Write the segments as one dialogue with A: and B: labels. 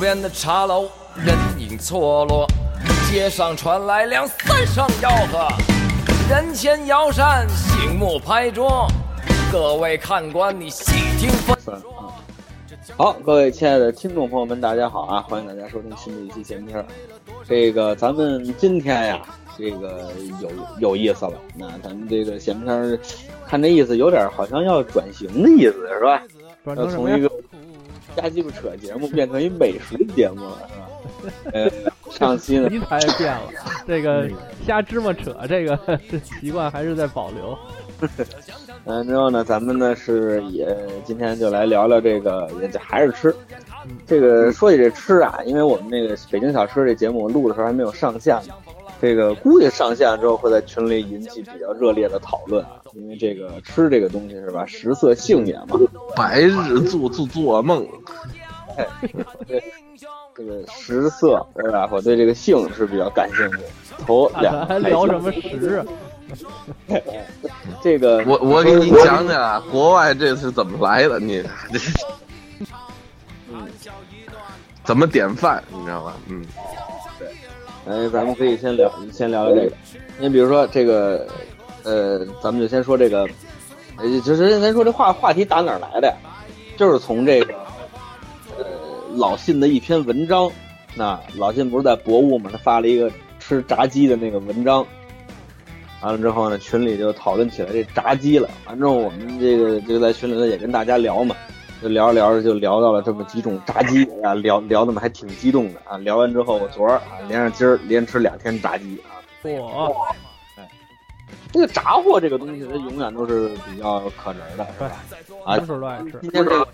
A: 边的茶楼人影错落，街上传来两三声吆喝，人前摇扇，醒目拍桌。各位看官，你细听分说。
B: 啊好，各位亲爱的听众朋友们，大家好啊！欢迎大家收听新的一期节目片儿。这个咱们今天呀，这个有有意思了。那咱们这个闲片儿，看这意思有点好像要转型的意思，是吧？
C: 转
B: 要
C: 成什么
B: 呃从一
C: 呀？
B: 个瞎鸡巴扯节目变成一美食节目了，是吧？呃，上期 呢，
C: 题材变了，这个瞎芝麻扯，这个 这习惯还是在保留。
B: 嗯，之后呢，咱们呢是也今天就来聊聊这个，也就还是吃。这个说起这吃啊，因为我们那个北京小吃这节目录的时候还没有上线呢，这个估计上线之后会在群里引起比较热烈的讨论啊，因为这个吃这个东西是吧，食色性也嘛，
D: 白日做做做梦，
B: 这个食色是吧？我对这个性是比较感兴趣。头
C: 啊
B: 两个
C: 咱还聊什么食？啊
B: 这个
D: 我我给你讲讲啊，国外这是怎么来的，你这
B: 嗯，
D: 怎么点饭，你知道吧？嗯，
B: 哎，咱们可以先聊，先聊聊这个。你比如说这个，呃，咱们就先说这个，呃，就是咱说这话话题打哪儿来的呀？就是从这个，呃，老信的一篇文章。那老信不是在博物嘛，他发了一个吃炸鸡的那个文章。完了之后呢，群里就讨论起来这炸鸡了。完之后，我们这个这个在群里头也跟大家聊嘛，就聊着聊着就聊到了这么几种炸鸡啊，聊聊的嘛还挺激动的啊。聊完之后，我昨儿啊连上今儿连吃两天炸鸡啊。
C: 我
B: 这个炸货这个东西，它永远都是比较可人的，是吧？啊
C: 什么时候都爱吃
B: 今。天这个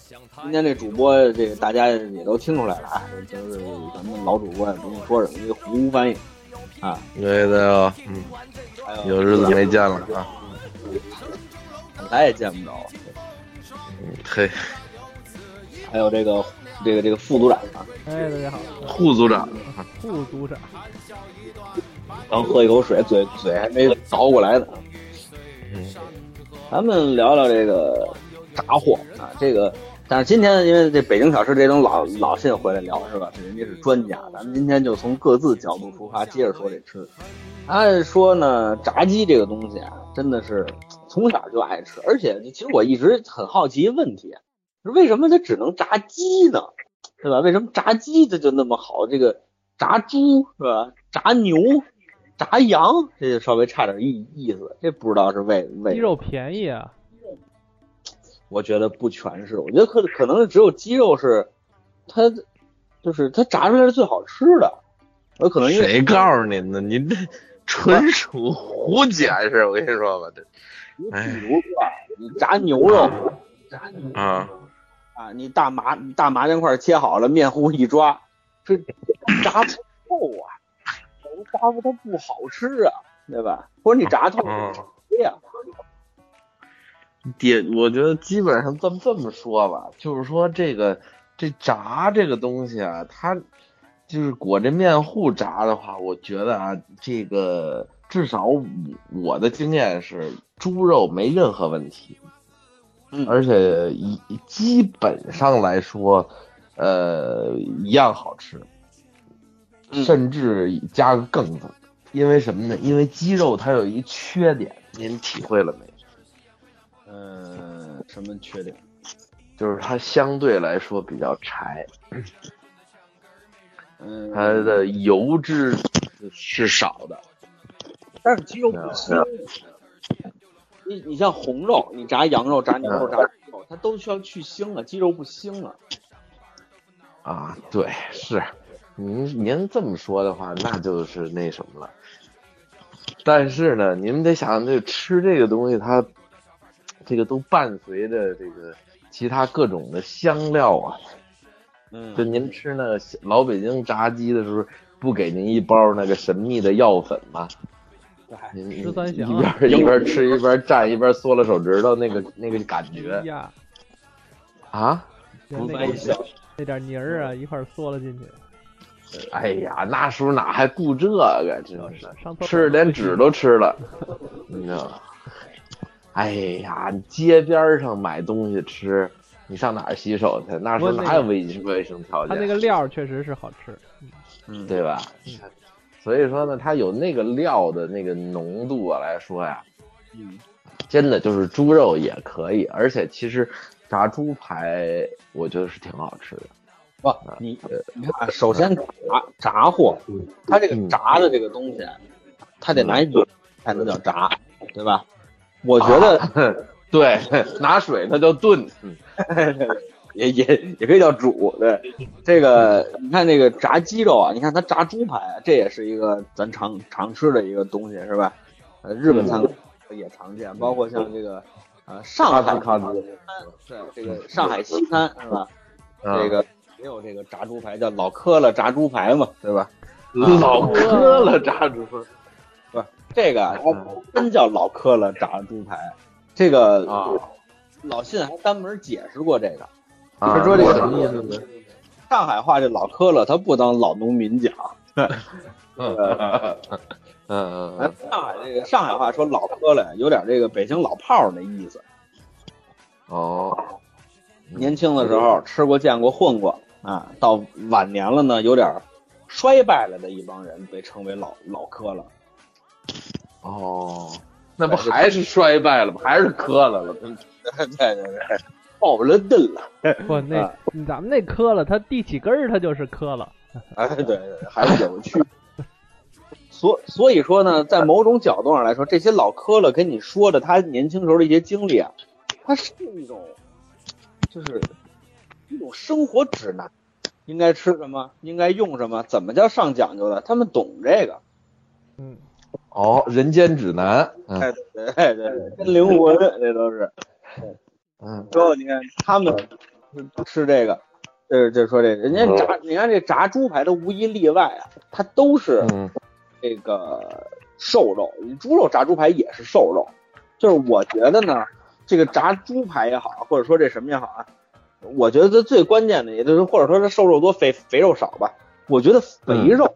B: 今天这主播，这个大家也都听出来了啊，就是咱们老主播也不用说什么，一个胡翻译啊，
D: 对的哟，嗯，
B: 还有
D: 有日子没见了啊，
B: 咱也见不着，
D: 嗯嘿，
B: 还有这个这个这个副组长啊，
C: 哎，大家好，
D: 护组长，
C: 副组长，
B: 刚喝一口水，嘴嘴还没倒过来呢。
D: 嗯，
B: 咱们聊聊这个炸货啊，这个，但是今天因为这北京小吃这种老老信回来聊是吧？这人家是专家，咱们今天就从各自角度出发，接着说这吃。按说呢，炸鸡这个东西啊，真的是从小就爱吃，而且其实我一直很好奇一个问题，为什么它只能炸鸡呢？是吧？为什么炸鸡它就那么好？这个炸猪是吧？炸牛、炸羊，这就稍微差点意意思，这不知道是为为
C: 鸡
B: 什么
C: 肉便宜啊，
B: 我觉得不全是，我觉得可可能是只有鸡肉是，它就是它炸出来是最好吃的，有可能因为
D: 谁告诉您的？您这纯属胡解释，我跟你说吧，这哎
B: 比如说啊你炸牛肉
D: 啊，
B: 啊，你大麻你大麻将块切好了，面糊一抓，这炸不透啊，炸不它不好吃啊，对吧？或者你炸透
D: 嗯
B: 对呀，
D: 也我觉得基本上这么这么说吧，就是说这个这炸这个东西啊，它就是裹着面糊炸的话，我觉得啊，这个至少我我的经验是猪肉没任何问题，
B: 嗯
D: 而且一基本上来说，呃，一样好吃，
B: 嗯
D: 甚至加个更字，因为什么呢？因为鸡肉它有一缺点，您体会了没？
B: 嗯、什么缺点？
D: 就是它相对来说比较柴，
B: 嗯、
D: 它的油脂是少的。
B: 但是鸡肉不腥。你你像红肉，你炸羊肉、炸牛肉、炸鸡肉，它都需要去腥了，鸡肉不腥了。
D: 啊，对，是，您您这么说的话，那就是那什么了。但是呢，你们得想，这吃这个东西，它这个都伴随着这个其他各种的香料啊。就
B: 嗯，
D: 您吃那个老北京炸鸡的时候，不给您一包那个神秘的药粉吗？您您
C: 十三
D: 一
C: 香
D: 边儿一边儿吃一边儿蘸一边儿缩了手指头，那个那个感觉
C: 哎呀，
D: 啊！
C: 就
B: 不
C: 那
B: 卖
C: 个
B: 笑，
C: 那点泥儿啊，一块儿缩了进去。
D: 哎呀，那时候哪还顾这个，真是
C: 上厕所
D: 吃着连纸都吃了，你知道吗？哎呀，街边儿上买东西吃，你上哪儿洗手去？那时候
C: 不过那
D: 哪有
C: 个
D: 卫卫生条
C: 它
D: 件？
C: 那
D: 啊
C: 个料儿确实是好吃，
B: 嗯，
D: 对吧？所以说呢，它有那个料的那个浓度啊来说呀，
B: 嗯，
D: 真的就是猪肉也可以，而且其实炸猪排我觉得是挺好吃的。
B: 不，你你看，首先炸炸货，它这个
D: 嗯
B: 炸的这个东西，它得拿油才能叫炸，对吧？我觉得、
D: 得 对，拿水它就炖。嗯
B: 也也也可以叫煮。对，这个你看这个炸鸡肉啊，你看它炸猪排啊，这也是一个咱常常吃的一个东西，是吧？呃，日本
D: 嗯
B: 餐馆也常见，包括像这个呃上海
D: 咔嚓咔嚓
B: 对这个上海西餐是吧？
D: 啊
B: 这个也有这个炸猪排，叫老科了炸猪排嘛，对吧？
D: 老磕了炸猪排
B: 这个啊
D: 嗯
B: 它真叫老科了炸猪排，这个
D: 啊
B: 老信还专门解释过这个。
D: 啊！
B: 他说这个
D: 我什么意思呢？
B: 上海话这老科了，他不当老农民讲，
D: 嗯嗯嗯
B: 哎
D: 嗯，
B: 上海这个上海话说老磕了，有点这个北京老炮儿那意思。
D: 哦，
B: 年轻的时候吃过、见过、混过啊，到晚年了呢，有点衰败了的一帮人被称为老老磕了。
D: 哦，那不还是衰败了吗？还是磕了了？
B: 对对对，爆了炖了。
C: 不，那
B: 啊
C: 咱们那磕了，它地起根儿，它就是磕了。
B: 哎，对对，对还是有趣。所所以说呢，在某种角度上来说，这些老磕了跟你说的他年轻时候的一些经历啊，它是一种，就是一种生活指南，应该吃什么，应该用什么，怎么叫上讲究的，他们懂这个。
C: 嗯，
D: 哦，人间指南。嗯
B: 哎，对对对，跟灵魂这都是。
D: 嗯
B: 之后你看他们吃这个，就是就是说这个，人家炸，你看这炸猪排都无一例外啊，它都是。
D: 嗯
B: 这个瘦肉，猪肉炸猪排也是瘦肉。就是我觉得呢，这个炸猪排也好，或者说这什么也好啊，我觉得最关键的，也就是或者说它瘦肉多肥肥肉少吧。我觉得肥肉，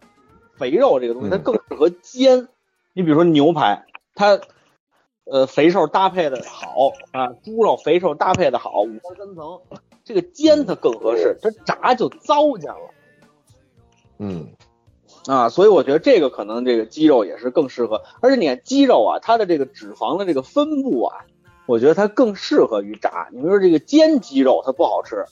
B: 肥肉这个东西它
D: 嗯
B: 更适合煎。你比如说牛排，它呃肥瘦搭配的好啊，猪肉肥瘦搭配的好，五花三层，这个煎它更合适，它炸就糟践了。
D: 嗯
B: 啊，所以我觉得这个可能这个鸡肉也是更适合，而且你看鸡肉啊，它的这个脂肪的这个分布啊，我觉得它更适合于炸。你比如说这个煎鸡肉它不好吃，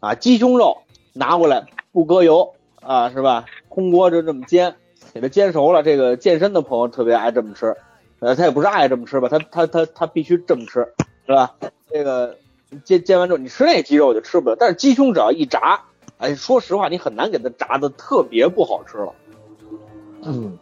B: 啊，鸡胸肉拿过来不搁油啊，是吧？空锅就这么煎，给它煎熟了。这个健身的朋友特别爱这么吃，呃，他也不是爱这么吃吧，他他他他必须这么吃，是吧？这个煎煎完之后，你吃那鸡肉就吃不了，但是鸡胸只要一炸，哎，说实话你很难给它炸的特别不好吃了。
D: 嗯，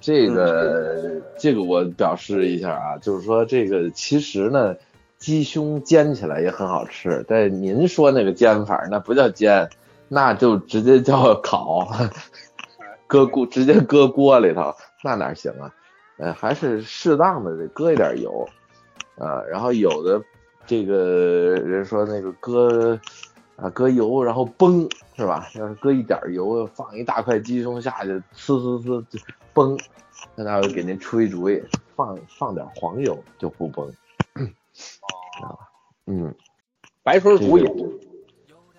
D: 这个这个我表示一下啊，就是说这个其实呢，鸡胸煎起来也很好吃，但是您说那个煎法儿，那不叫煎，那就直接叫烤， 搁锅直接搁锅里头，那哪行啊？呃，还是适当的得搁一点油，啊，然后有的这个人说那个搁啊搁油，然后崩是吧？要是搁一点儿油，放一大块鸡胸下去，呲呲呲就崩。那大伙给您出一主意，放放点黄油就不崩，知道吧？嗯，
B: 白水
D: 这
B: 煮也
D: 个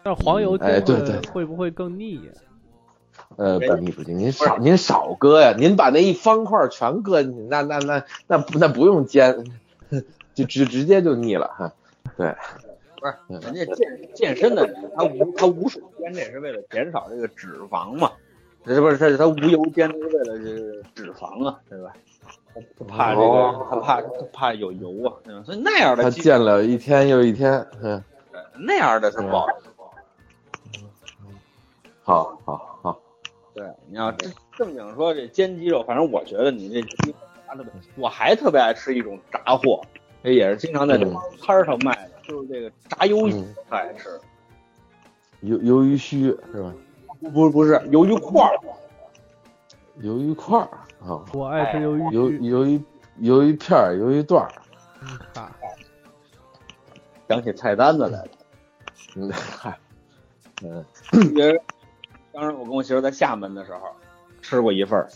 C: 但是黄油
D: 哎
C: 煎
D: 对
C: 的
D: 对
C: 会不会更腻呀？
D: 呃，不腻不腻，您少您少搁呀，您把那一方块儿全搁进去，那那那那不那不用煎， 就直直接就腻了哈。
B: 人家健健身的人，他无他无水煎，这是为了减少这个脂肪嘛？这不是他他无油煎，是为了这个脂肪啊，对吧？他怕这个，他怕他怕有油啊，对吧所以那样
D: 哦他
B: 的鸡
D: 见了一天又一天，嗯，
B: 那样的他不好。
D: 好好好，
B: 对，你要正正经说这煎鸡肉，反正我觉得你这鸡肉炸的吧，我还特别爱吃一种炸货，这也是经常在这
D: 嗯
B: 摊儿上卖的，就是这个炸鱿鱼
D: 嗯，
B: 特爱吃，
D: 鱿鱿鱼须是吧？
B: 不不不是鱿鱼块儿，
D: 鱿鱼块儿啊，
C: 我爱吃鱿
D: 鱿
C: 鱼须，
D: 鱿鱼鱿鱼片儿、鱿鱼段儿，
C: 嗯啊
B: 想起菜单子来了。
D: 嗯，嗨，嗯，
B: 也，当时我跟我媳妇在厦门的时候吃过一份儿，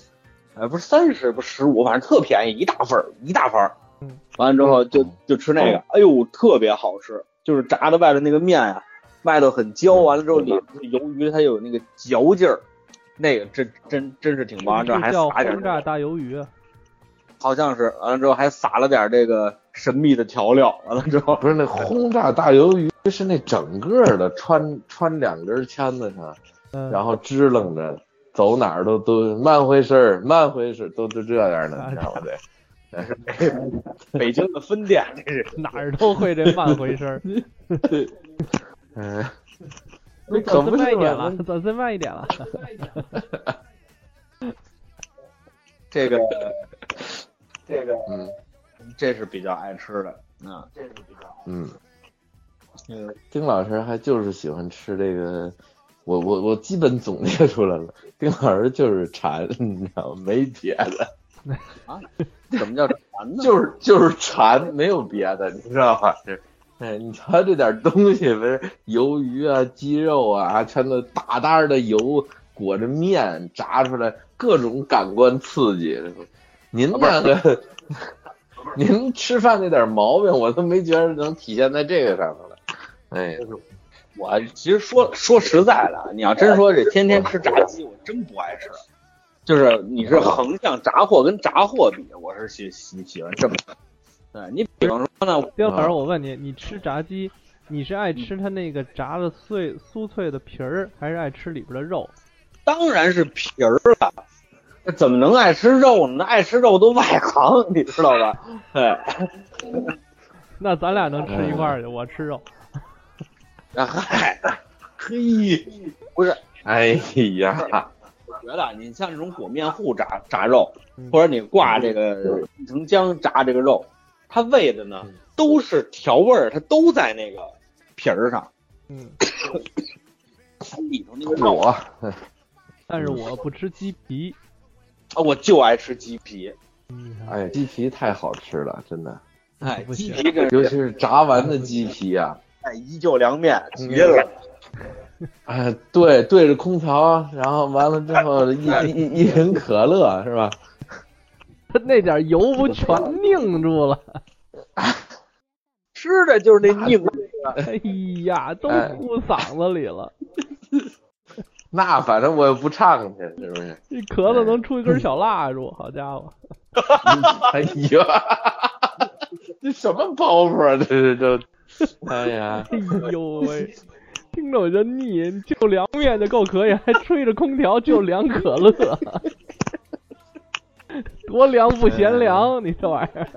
B: 呃，不是三十，不十五，反正特便宜，一大份儿，一大份儿
C: 嗯。
B: 完了之后就
D: 嗯
B: 就吃那个，哎呦，特别好吃，就是炸的外头那个面呀、外头很焦，完了之后里鱿鱼它有那个嚼劲儿，那个真真真是挺棒，这还
C: 叫
B: 撒点
C: 轰炸大鱿鱼，啊嗯
B: 好像是，完了之后还撒了点这个神秘的调料，完了之后
D: 不是那轰炸大鱿鱼是那整个的穿穿两根签子上，
C: 嗯，
D: 然后支棱着走哪儿都都慢回身儿，慢回身儿都都这样的，你知 道吗？这
B: 北京的分店，这 是
C: 哪儿都会这慢回声 儿。
D: 嗯，
C: 那
D: 可
C: 走
D: 不
C: 最慢
D: 是
C: 一点
D: 嘛
C: 了，走最慢一 点了。
B: 这 个这个
D: 嗯
B: 这是比较爱吃的啊，
D: 嗯。
B: 嗯，
D: 丁老师还就是喜欢吃这个，我我我基本总结出来了，丁老师就是馋，你知道吗？没别的，
B: 怎么叫馋 呢？
D: 就是就是馋，没有别的，你知道 吧？这，哎，你瞧这点东西，不是鱿鱼啊、鸡肉啊，全都大袋的油裹着面炸出来，各种感官刺激。您那个，您吃饭那点毛病，我都没觉得能体现在这个上头来。哎，
B: 我其实说说实在的，啊你要真说这天天吃炸鸡，我真不爱吃。就是你是横向炸货跟炸货比，我是喜喜喜欢这么。对你比方说呢，
C: 丁老师，我问你，你吃炸鸡，你是爱吃它那个炸的碎酥脆的皮儿，还是爱吃里边的肉？
B: 当然是皮儿了，那怎么能爱吃肉呢？爱吃肉都外行，你知道吧？哎，
C: 那咱俩能吃一块儿去，我吃肉。
B: 啊嗨，
D: 嘿，
B: 不是，
D: 哎呀，
B: 我觉得啊你像这种裹面糊炸炸肉
C: 嗯，
B: 或者你挂这个一层姜炸这个肉，它喂的呢都是调味儿，它都在那个皮儿上，
C: 嗯，
B: 它里头那个肉
D: 我。
C: 但是我不吃鸡皮。
B: 啊，我就爱吃鸡皮，
C: 嗯，
D: 哎，鸡皮太好吃了，真的，
B: 哎，
C: 不
B: 鸡
C: 行
B: 皮这
D: 尤其是炸完的鸡皮啊，
B: 哎依旧凉面，
D: 嗯
B: 绝了。
D: 哎，对，对着空调，然后完了之后一
B: 哎
D: 一一一瓶可乐是吧？
C: 它 那点油不全拧住了？
B: 吃的就是那硬的，
C: 哎呀，都
D: 哎
C: 吐嗓子里 了。
D: 那反正我又不唱去，是不是？
C: 这咳嗽能出一 根小蜡烛，好家伙！
D: 哎呀， 这什么包袱啊？这是这，哎呀，
C: 哎呦喂，听着我就腻，就凉面就够可以，还吹着空调就凉可乐，多凉不嫌凉，你这玩意儿，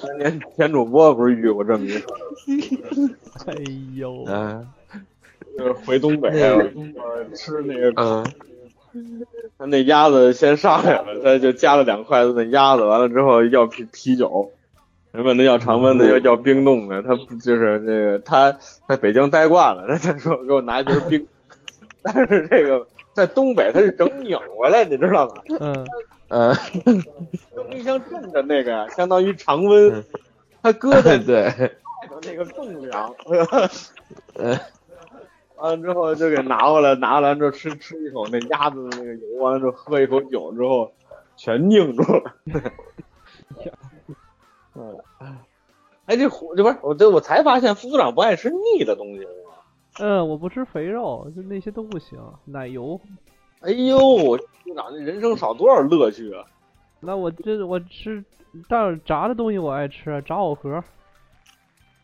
B: 当年前主播不是遇过这么一个，
C: 哎呦，
D: 嗯
B: 就是回东 北，吃那个
D: 嗯，
B: 他那鸭子先上来了，他就夹了两筷子那鸭子，完了之后要啤啤酒，人问他要常温的，要要冰冻的，他不就是那个他在北京待惯了，他他说给我拿一瓶冰， 但是这个在东北他是整拧回来，你知道吗？
C: 嗯，
D: 嗯，
B: 用冰箱冻着那个相当于常温
D: 嗯，
B: 他搁在
D: 对，
B: 那个冻凉， 哎
D: 嗯
B: 完了之后就给拿过来，拿过来之后吃吃一口那鸭子的那个油，完了之后喝一口酒之后，全拧住了。嗯，哎，这胡这不是我这我才发现副组长不爱吃腻的东西。
C: 嗯，我不吃肥肉，就那些都不行，奶油。
B: 哎呦，副组长这人生少多少乐趣啊！
C: 那我这我吃，但是炸的东西我爱吃，炸藕盒、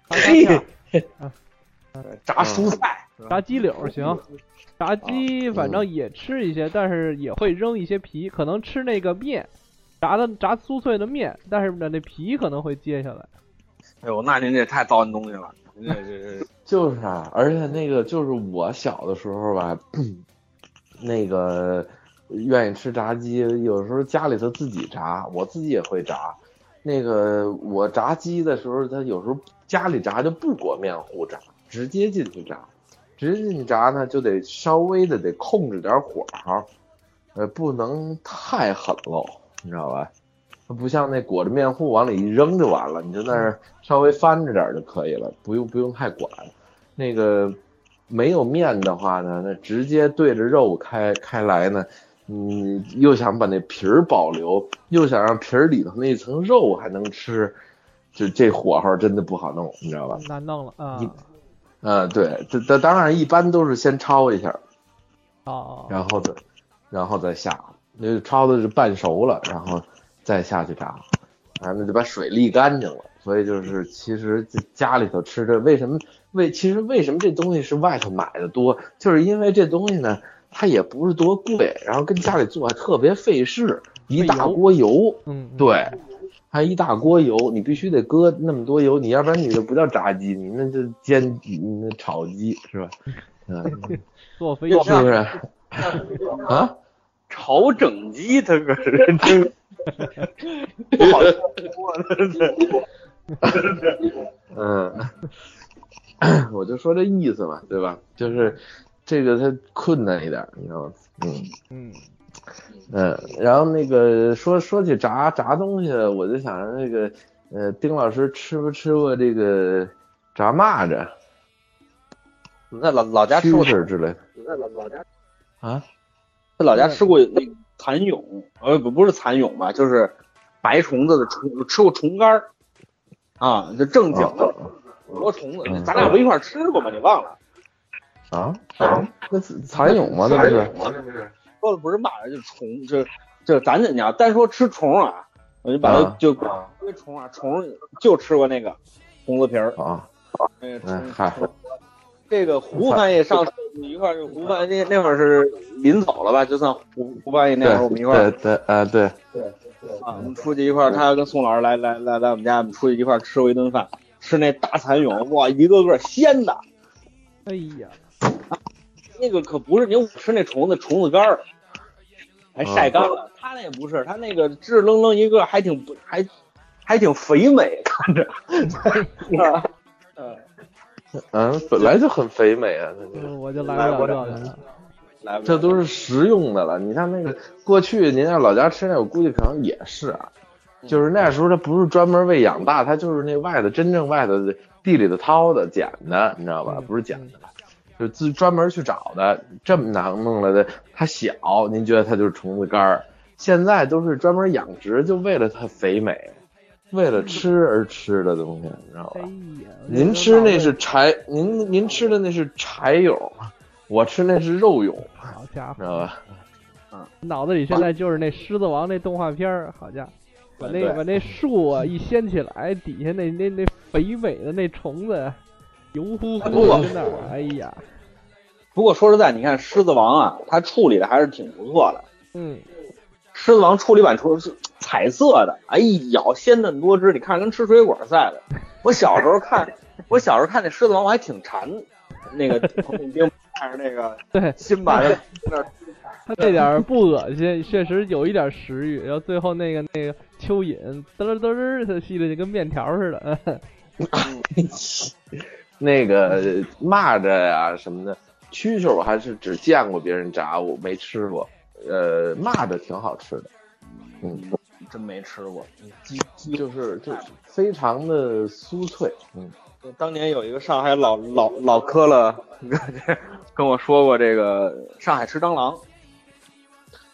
B: 嘿，
C: 啊
B: 炸蔬菜，
C: 炸鸡柳行，炸
D: 啊
C: 鸡反正也吃一些，但是也会扔一些皮，可能吃那个面，炸的炸酥脆的面，但是呢那皮可能会揭下来。
B: 哎呦，那您这太糟践东西了，您这这这
D: 就是啊，而且那个就是我小的时候吧，那个愿意吃炸鸡，有时候家里头自己炸，我自己也会炸。那个我炸鸡的时候，他有时候家里炸就不裹面糊炸，直接进去炸，直接进去炸呢就得稍微的得控制点火候，呃，不能太狠喽，你知道吧？它不像那裹着面糊往里一扔就完了，你就那儿稍微翻着点儿就可以了，不用不用太管。那个没有面的话呢，那直接对着肉开开来呢，嗯，又想把那皮儿保留，又想让皮儿里头那一层肉还能吃，就这火候真的不好弄，你知道吧？
C: 难弄了啊
D: 你嗯，对，这这当然一般都是先焯一下，
C: 哦，
D: 然后再然后再下，那焯的是半熟了，然后再下去炸，反正就把水沥干净了。所以就是，其实这家里头吃的，为什么为其实为什么这东西是外头买的多，就是因为这东西呢，它也不是多贵，然后跟家里做还特别费事，一大锅油，
C: 嗯，
D: 对，还一大锅油，你必须得搁那么多油，你要不然你就不叫炸鸡，你那就煎鸡，你那炒鸡是吧？ 嗯，
C: 做肥
D: 是不
C: 肠
D: 是？啊，
B: 炒整鸡，他可 是真
D: 嗯， 我就说这意思嘛，对吧？就是这个它困难一点，你知道吗？嗯。
C: 嗯，
D: 嗯，然后那个说说起炸炸东西，我就想着那个呃，丁老师吃没吃过这个炸蚂蚱、
B: 那老老家吃
D: 蛐
B: 过，
D: 蛐之类的
B: 那老老家
D: 啊？
B: 在老家
D: 嗯
B: 吃过那个蚕蛹，呃不不是蚕蛹吧，就是白虫子的虫，吃过虫干儿啊，就正经的活虫子
D: 哦嗯，
B: 咱俩不一块儿吃过吗？你忘了？
D: 啊？那是蚕蛹吗？那不是？
B: 说的不是蚂蚱，就是虫，就是就是咱这你要单说吃虫啊，我就把它
D: 啊
B: 就归虫啊，虫就吃过那个虫子皮儿，
D: 啊，
B: 那个
D: 嗯，
B: 虫。
D: 嗨，
B: 这个胡翻译上次我们一块儿，胡翻译那那会儿是临走了吧？就算胡胡翻译那会儿我们一块儿
D: 对对啊对，
B: 啊，我们出去一块儿，他跟宋老师来来来来我们家，我们出去一块儿吃过一顿饭，吃那大蚕蛹，哇，一个个鲜的，
C: 哎呀，
B: 那个可不是你吃那虫子虫子干儿，还晒干
D: 啊
B: 了。他那也不是，他那个直愣愣一个，还挺不还还挺肥美，看着。嗯，
D: 嗯，本来就很肥美啊，那就
C: 嗯我就来不了这个了，
B: 来吧，
D: 这都是食用的了。你像那个过去您在老家吃那，我估计可能也是啊，就是那时候它不是专门为养大，它就是那外头真正外头地里头掏的捡的，你知道吧？
C: 嗯
D: 不是捡的了，就是自专门去找的。这么难弄来的，它小，您觉得它就是虫子干儿？现在都是专门养殖，就为了它肥美，为了吃而吃的东西，你知道
C: 哎
D: 吧？
C: 呀，
D: 您吃那是柴，您您吃的那是柴蛹，我吃那是肉蛹，
C: 好家
D: 知
C: 伙，
D: 道吧？
C: 脑子里现在就是那《狮子王》那动画片儿，好家伙，把那
D: 对
C: 把那树啊一掀起来，底下那那那肥美的那虫子，油乎乎的在那儿，哎呀，
B: 不过说实在，你看《狮子王》啊，它处理的还是挺不错的。
C: 嗯，
B: 《狮子王》处理版图是彩色的，哎，一咬鲜嫩多汁，你看着跟吃水果似的。我小时候看，我小时候看那《狮子王》，我还挺馋那个黄永兵看着那个
C: 对
B: 新版的
C: 他这点儿不恶心，确实有一点食欲。然后最后那个那个蚯蚓嘚儿嘚儿，它吸的就跟面条似的。
D: 那个蚂蚱呀、什么的，蛐蛐我还是只见过别人炸，我没吃过。呃，蚂蚱挺好吃的，嗯，
B: 真没吃过。
D: 就是就是非常的酥脆，嗯，
B: 当年有一个上海老老老磕了，跟我说过这个上海吃蟑螂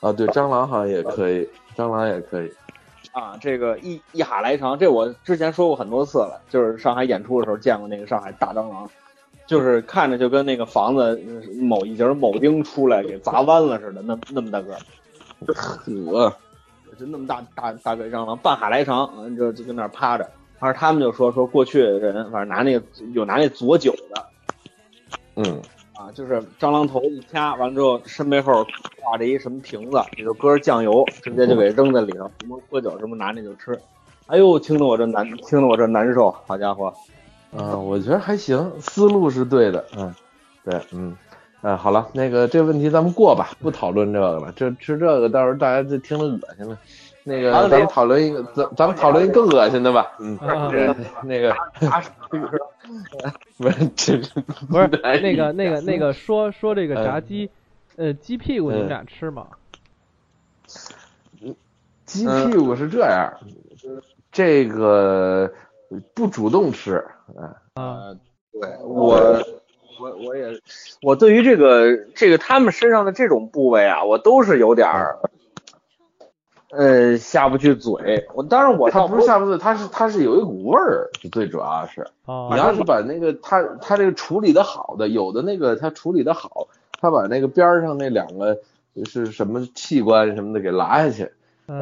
D: 啊，对，蟑螂好像也可以，蟑螂也可以，
B: 啊，这个一一哈来长，这我之前说过很多次了，就是上海演出的时候见过那个上海大蟑螂，就是看着就跟那个房子呃某一节铆钉出来给砸弯了似的，那那么大个儿，
D: 我
B: 就那么大大大个蟑螂，半哈来长，嗯就就跟那儿趴着。而他们就说说过去的人，反正拿那个有拿那左酒的，
D: 嗯，
B: 啊，就是蟑螂头一掐，完了之后身背后挂着一什么瓶子，里头搁着酱油，直接就给扔在里头，什么喝酒什么拿那就吃。哎呦，听得我这难，听得我这难受，好家伙！
D: 啊，我觉得还行，思路是对的，嗯，对，嗯，啊，好了，那个这问题咱们过吧，不讨论这个了，这吃这个到时候大家就听着恶心了。那个，咱们讨论一个，咱咱们讨论一个更恶心的吧，嗯，
C: 啊
D: 对那个， 不是这个
C: 不是
D: 哎
C: 那个那个那个说说这个
D: 嗯
C: 炸鸡，呃，鸡屁股你们
D: 嗯
C: 俩吃吗？
D: 鸡屁股是这样，这个不主动吃，啊，
C: 啊，
B: 对我，我我也，我对于这个这个他们身上的这种部位啊，我都是有点儿呃下不去嘴。我当然我
D: 它
B: 倒
D: 不是下不去，它是它是有一股味儿，最主要是
C: 哦
D: 嗯你，要是把那个它它这个处理的好的，有的那个它处理的好，它把那个边儿上那两个是什么器官什么的给拉下去，哎，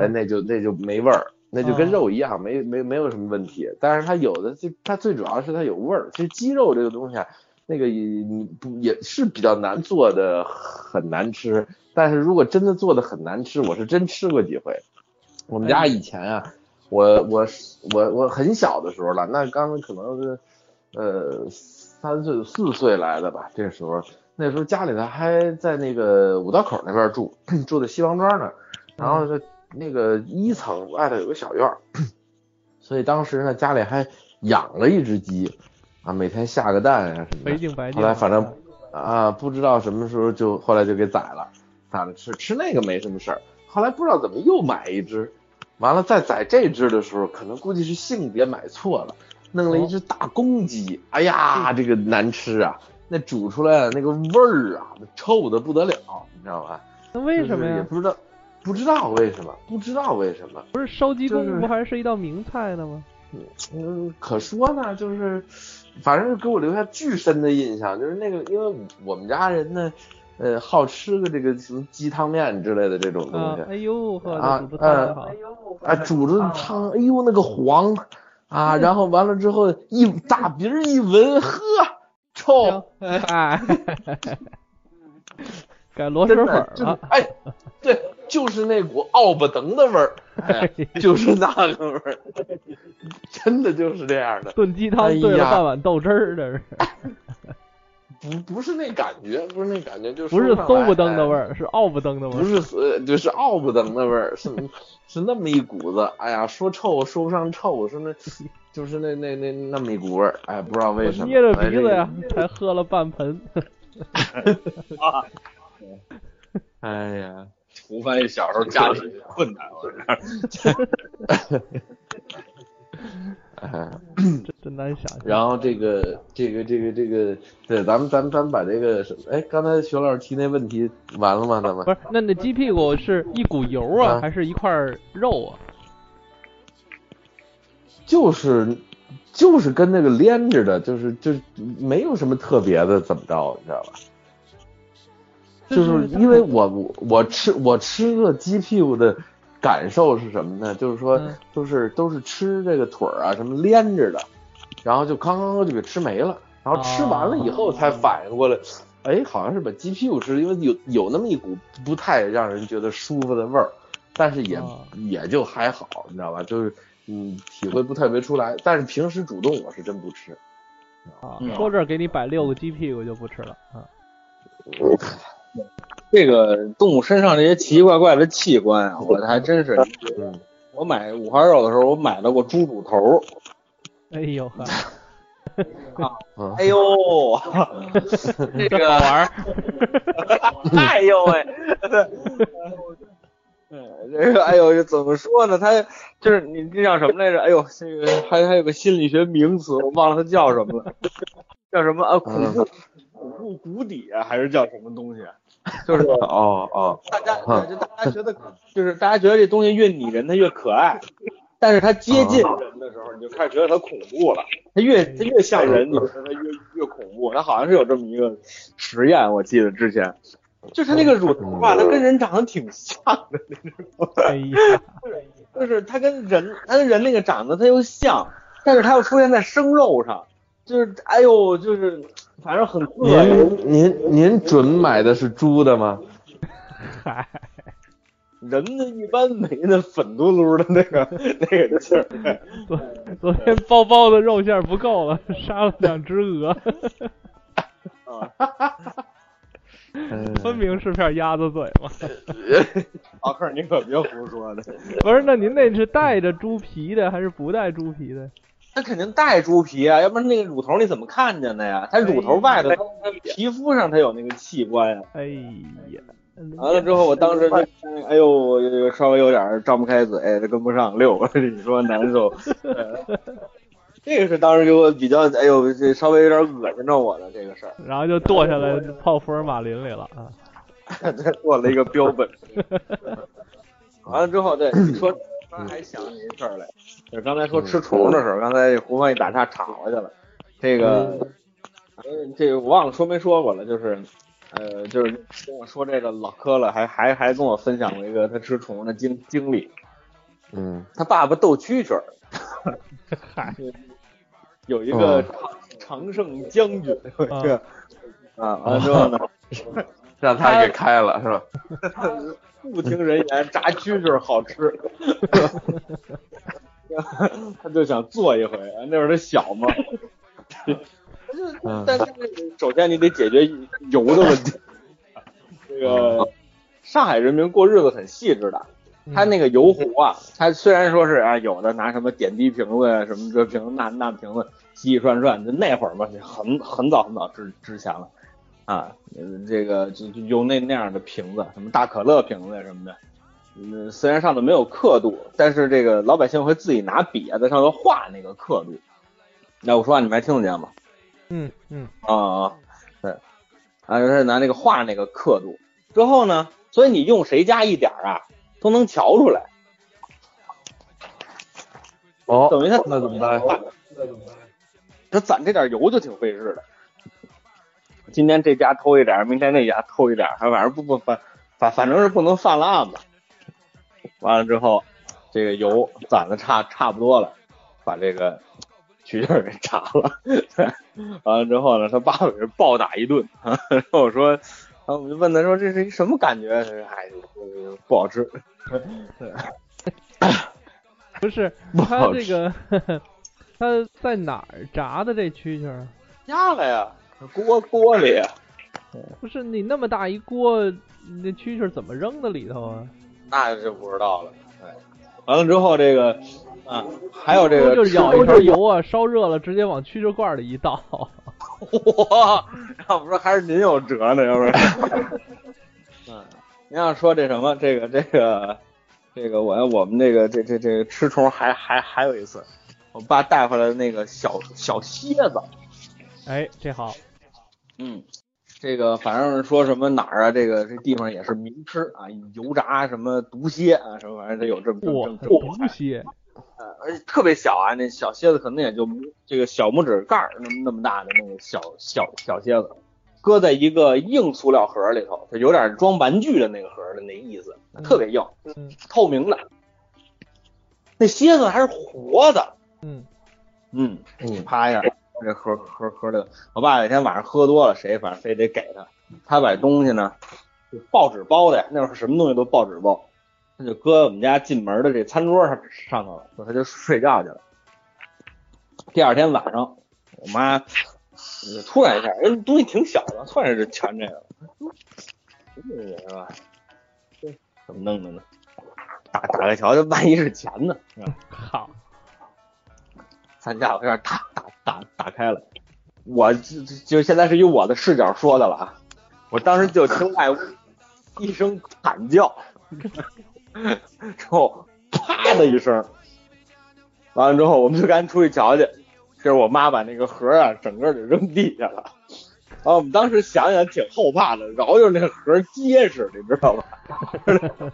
C: 嗯
D: 那就那就没味儿，那就跟
C: 哦
D: 肉一样，没没没有什么问题。但是它有的就它最主要是它有味儿。其实鸡肉这个东西啊，那个也你不也是比较难做的，很难吃。但是如果真的做的很难吃，我是真吃过几回。我们家以前啊，我我我我很小的时候了，那刚可能是呃三岁四岁来的吧，这时候那时候家里头还在那个五道口那边住， 住在西王庄那儿，然后就那个一层外头有个小院儿， 所以当时呢家里还养了一只鸡，啊每天下个蛋啊什么
C: 北
D: 的，
C: 京白
D: 后
C: 定，
D: 来反正啊不知道什么时候就后来就给宰了，宰了吃吃那个没什么事儿，后来不知道怎么又买一只，完了再宰这只的时候，可能估计是性别买错了，弄
C: 哦
D: 了一只大公鸡，哎呀这个难吃啊，那煮出来的那个味儿啊，那臭的不得了，你知道吧？
C: 那为什么
D: 就是也
C: 呀？
D: 不知道，不知道为什么，不知道为什么。
C: 不是烧鸡
D: 就
C: 公
D: 是
C: 不还是一道名菜呢吗？
D: 嗯，可说呢，就是反正给我留下巨深的印象，就是那个，因为我们家人呢，呃，好吃个这个什么鸡汤面之类的这种东
C: 啊
D: 西，，
C: 哎呦呵，
D: 啊
C: 这煮不太
D: 呃
C: 好，
D: 啊，煮着汤，哎呦那个黄啊，然后完了之后一大鼻儿一闻，呵，臭，哎
C: 哎， 改螺蛳
D: 真
C: 粉
D: 的
C: 儿啊
D: 真
C: 了
D: 的，，哎，对，就是那股奥不登的味儿，哎，就是那个味儿，真的就是这样的。
C: 炖鸡汤
D: 哎
C: 兑了
D: 呀
C: 半碗豆汁儿，这是
D: 不不是那感觉，不是那感觉，就是
C: 不是
D: 说上
C: 馊
D: 来
C: 不登的味，儿，是傲不登的
D: 哎
C: 味儿。
D: 不是呃就是傲不登的味儿， 是是那么一股子，哎呀，说臭说不上臭，是那就是那那那那么一股味儿，哎，不知道为什
C: 我
D: 么
C: 捏着鼻子
D: 哎
C: 呀
D: 这个，
C: 才喝了半盆。
D: 哎呀，
B: 胡翻小时候家里困难，我这
D: 哎。
C: 真真难想象。
D: 然后这个这个这个这个，对，咱们咱们咱们把这个什么，哎，刚才徐老师提那问题完了吗？咱们
C: 不是，那那鸡屁股是一股油啊，
D: 啊
C: 还是一块肉啊？
D: 就是就是跟那个连着的，就是就是没有什么特别的，怎么着，你知道吧？就是因为我我我吃我吃个鸡屁股的感受是什么呢？就是说
C: 嗯
D: 都是都是吃这个腿儿啊什么连着的，然后就刚刚就给吃没了，然后吃完了以后才反应过来，哎，好像是把鸡屁股吃，因为有有那么一股不太让人觉得舒服的味儿，但是也、
C: 哦
D: 也就还好，你知道吧？就是嗯，体会不特别出来，但是平时主动我是真不吃，
C: 啊
B: 嗯，
C: 说这儿给你摆六个鸡屁股就不吃了啊。
B: 这个动物身上这些奇奇怪怪的器官啊，我还真是，
D: 嗯，
B: 我买五花肉的时候，我买到过猪骨头，
C: 哎呦呵，
D: 嗯
B: 哎呦， 这个好玩， 哎呦 喂，嗯，这个哎呦，怎么说呢？它就是你这叫什么来着？哎呦，这个还还有个心理学名词，我忘了它叫什么了，叫什么啊？恐怖恐怖谷底啊，还是叫什么东西啊？就是
D: 哦哦，
B: 大家对就大家觉得就是大家觉得这东西越拟人它越可爱，但是它接近人的时候，你就开始觉得它恐怖了。它越它越像人，你就觉得它越越恐怖。它好像是有这么一个实验，我记得之前，就是它那个乳头吧，它跟人长得挺像的，
C: 哎呀，
B: 就是它跟人它跟人那个长得它又像，但是它又出现在生肉上，就是哎呦，就是反正很膈应。
D: 您您您准买的是猪的吗？
C: 嗨，
B: 人呢一般没那粉嘟嘟的那个那个劲儿。
C: 昨昨天包包的肉馅儿不够了，杀了两只鹅，
D: 嗯
C: 分明是片鸭子嘴嘛。
B: 老克，你可别胡说了，
C: 不是，那您那是带着猪皮的还是不带猪皮的？
B: 他肯定带猪皮啊，要不然那个乳头你怎么看见的呀？他乳头外头，他皮肤上他有那个器官呀。
C: 哎呀，
B: 完了之后，我当时就，哎呦，我就稍微有点张不开嘴，哎跟不上溜，你说难受。呃这个是当时给我比较，哎呦，这稍微有点恶心着我的这个事儿，
C: 然后就剁下来泡福尔马林里了啊。
B: 做了一个标本。
D: 啊
B: 完了之后，对你说，刚才还想起一事儿来，就是刚才说吃虫的时候，刚才这胡翻一打岔岔回去了。这个，嗯，这个我忘了说没说过了，就是，呃，就是跟我说这个老柯了，还还还跟我分享了一个他吃虫的经经历。
D: 嗯
B: 他爸爸斗蛐蛐儿，
C: 嗨，
B: 有一个
D: 哦
B: 常常胜将军，有一个啊，完了之后呢，
D: 让他给开了是吧？
B: 不听人言，炸蛐蛐儿好吃，他就想做一回。那会儿他小嘛，
D: 嗯
B: 但是首先你得解决油的问题。这个上海人民过日子很细致的，他那个油壶啊，他虽然说是啊，有的拿什么点滴瓶子啊呀，什么这瓶子那那瓶子，洗洗涮涮，就那会儿嘛，很很早很早之之前了。啊，嗯这个就就用那那样的瓶子，什么大可乐瓶子什么的，嗯，虽然上头没有刻度，但是这个老百姓会自己拿笔啊在上头画那个刻度。那我说话啊你们还听得见吗？
C: 嗯嗯
B: 啊啊，对，啊，就是拿那个画那个刻度之后呢，所以你用谁家一点儿啊，都能瞧出来，
D: 哦，
B: 等于他
D: 那怎么办？
B: 他攒这点油就挺费事的。今天这家偷一点儿，明天那家偷一点儿，还晚上不不反反反正是不能犯了案子。完了之后，这个油攒的差差不多了，把这个蛐蛐儿给炸了。 完了之后呢，他爸爸给人暴打一顿。然后我说，然后我就问他说这是一什么感觉？他说哎，不好吃。
C: 不是，
D: 不
C: 他
D: 好
C: 这
D: 吃。
C: 个 他在哪儿炸的这蛐蛐儿？
B: 压了呀，锅锅里啊呀。
C: 不是你那么大一锅，那蛐蛐儿怎么扔到里头啊？
B: 那就不知道了。哎，完了之后这个，啊，还有这
C: 不
B: 个
C: 就是舀一
B: 吃
C: 勺油啊，烧热了直接往蛐蛐罐儿里一倒。
B: 哇，要不说还是您有辙呢，要不然。 嗯，您要说这什么，这个这个这个，我我们这个这这这个吃虫还还还有一次，我爸带回来的那个小小蝎子，
C: 哎，这好，
B: 嗯，这个反正说什么哪儿啊，这个这地方也是名吃啊，油炸什么毒蝎啊，什么玩意儿，这有这么这
C: 哇
B: 么，这么多
C: 毒蝎，
B: 呃，而且特别小啊，那小蝎子可能也就拇这个小拇指盖儿那么那么大的那个小小小蝎子，搁在一个硬塑料盒里头，就有点装玩具的那个盒儿的那意思，特别硬，
C: 嗯
B: 透明的。那蝎子还是活的，
C: 嗯，
B: 嗯，
D: 嗯
B: 啪一下， 这盒盒盒里头。我爸有一天晚上喝多了，谁反正非得给他，他把东西呢，就报纸包的呀，那会儿什么东西都报纸包，他就搁我们家进门的这餐桌上上头了，他就睡觉去了。第二天晚上，我妈呃突然一下，人东西挺小的，突然就馋这个了， 这人啊，这怎么弄的呢？打打开瞧瞧，万一是钱呢？是吧？
C: 好，
B: 三下我有点打打打打开了，我就就现在是以我的视角说的了啊，我当时就听外屋一声惨叫， 之后啪的一声，完了之后我们就赶紧出去瞧去，就是我妈把那个盒啊整个给扔地下了。然后我们当时想想挺后怕的，然后就是那盒结实，你知道吧？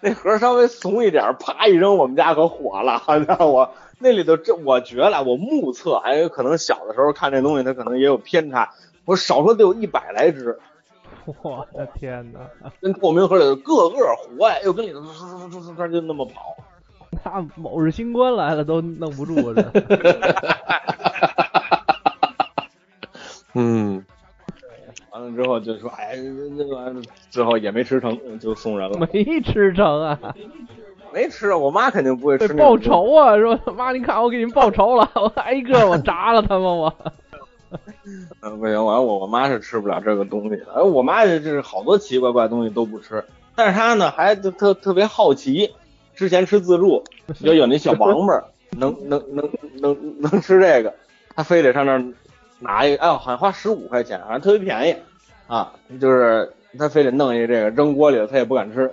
B: 那盒稍微怂一点儿，啪一扔，我们家可火了。然后我那里头这我觉得，啊我目测还有可能小的时候看这东西，它可能也有偏差。我少说得有一百来只，
C: 我的天哪，
B: 跟透明盒里头个个活呀，又跟里头嗖嗖嗖嗖嗖嗖就那么跑。
C: 那某日新官来了都弄不住 这。
D: 嗯，
B: 完了之后就说，哎，那玩意儿最后也没吃成，就送人了。
C: 没吃成啊，
B: 没吃，啊我妈肯定不会吃
C: 得
B: 那种。
C: 报仇啊！说妈，你看我给你们报仇了，我挨个 我炸了他们我。
B: 嗯，不行，完了我我妈是吃不了这个东西的。哎，我妈这是好多奇奇怪怪的东西都不吃，但是她呢还就特特别好奇，之前吃自助就有那小王八儿， 能能能能能吃这个，她非得上那儿拿一个，哎，好像花十五块钱，好像特别便宜啊，就是她非得弄一个这个扔锅里了，她也不敢吃，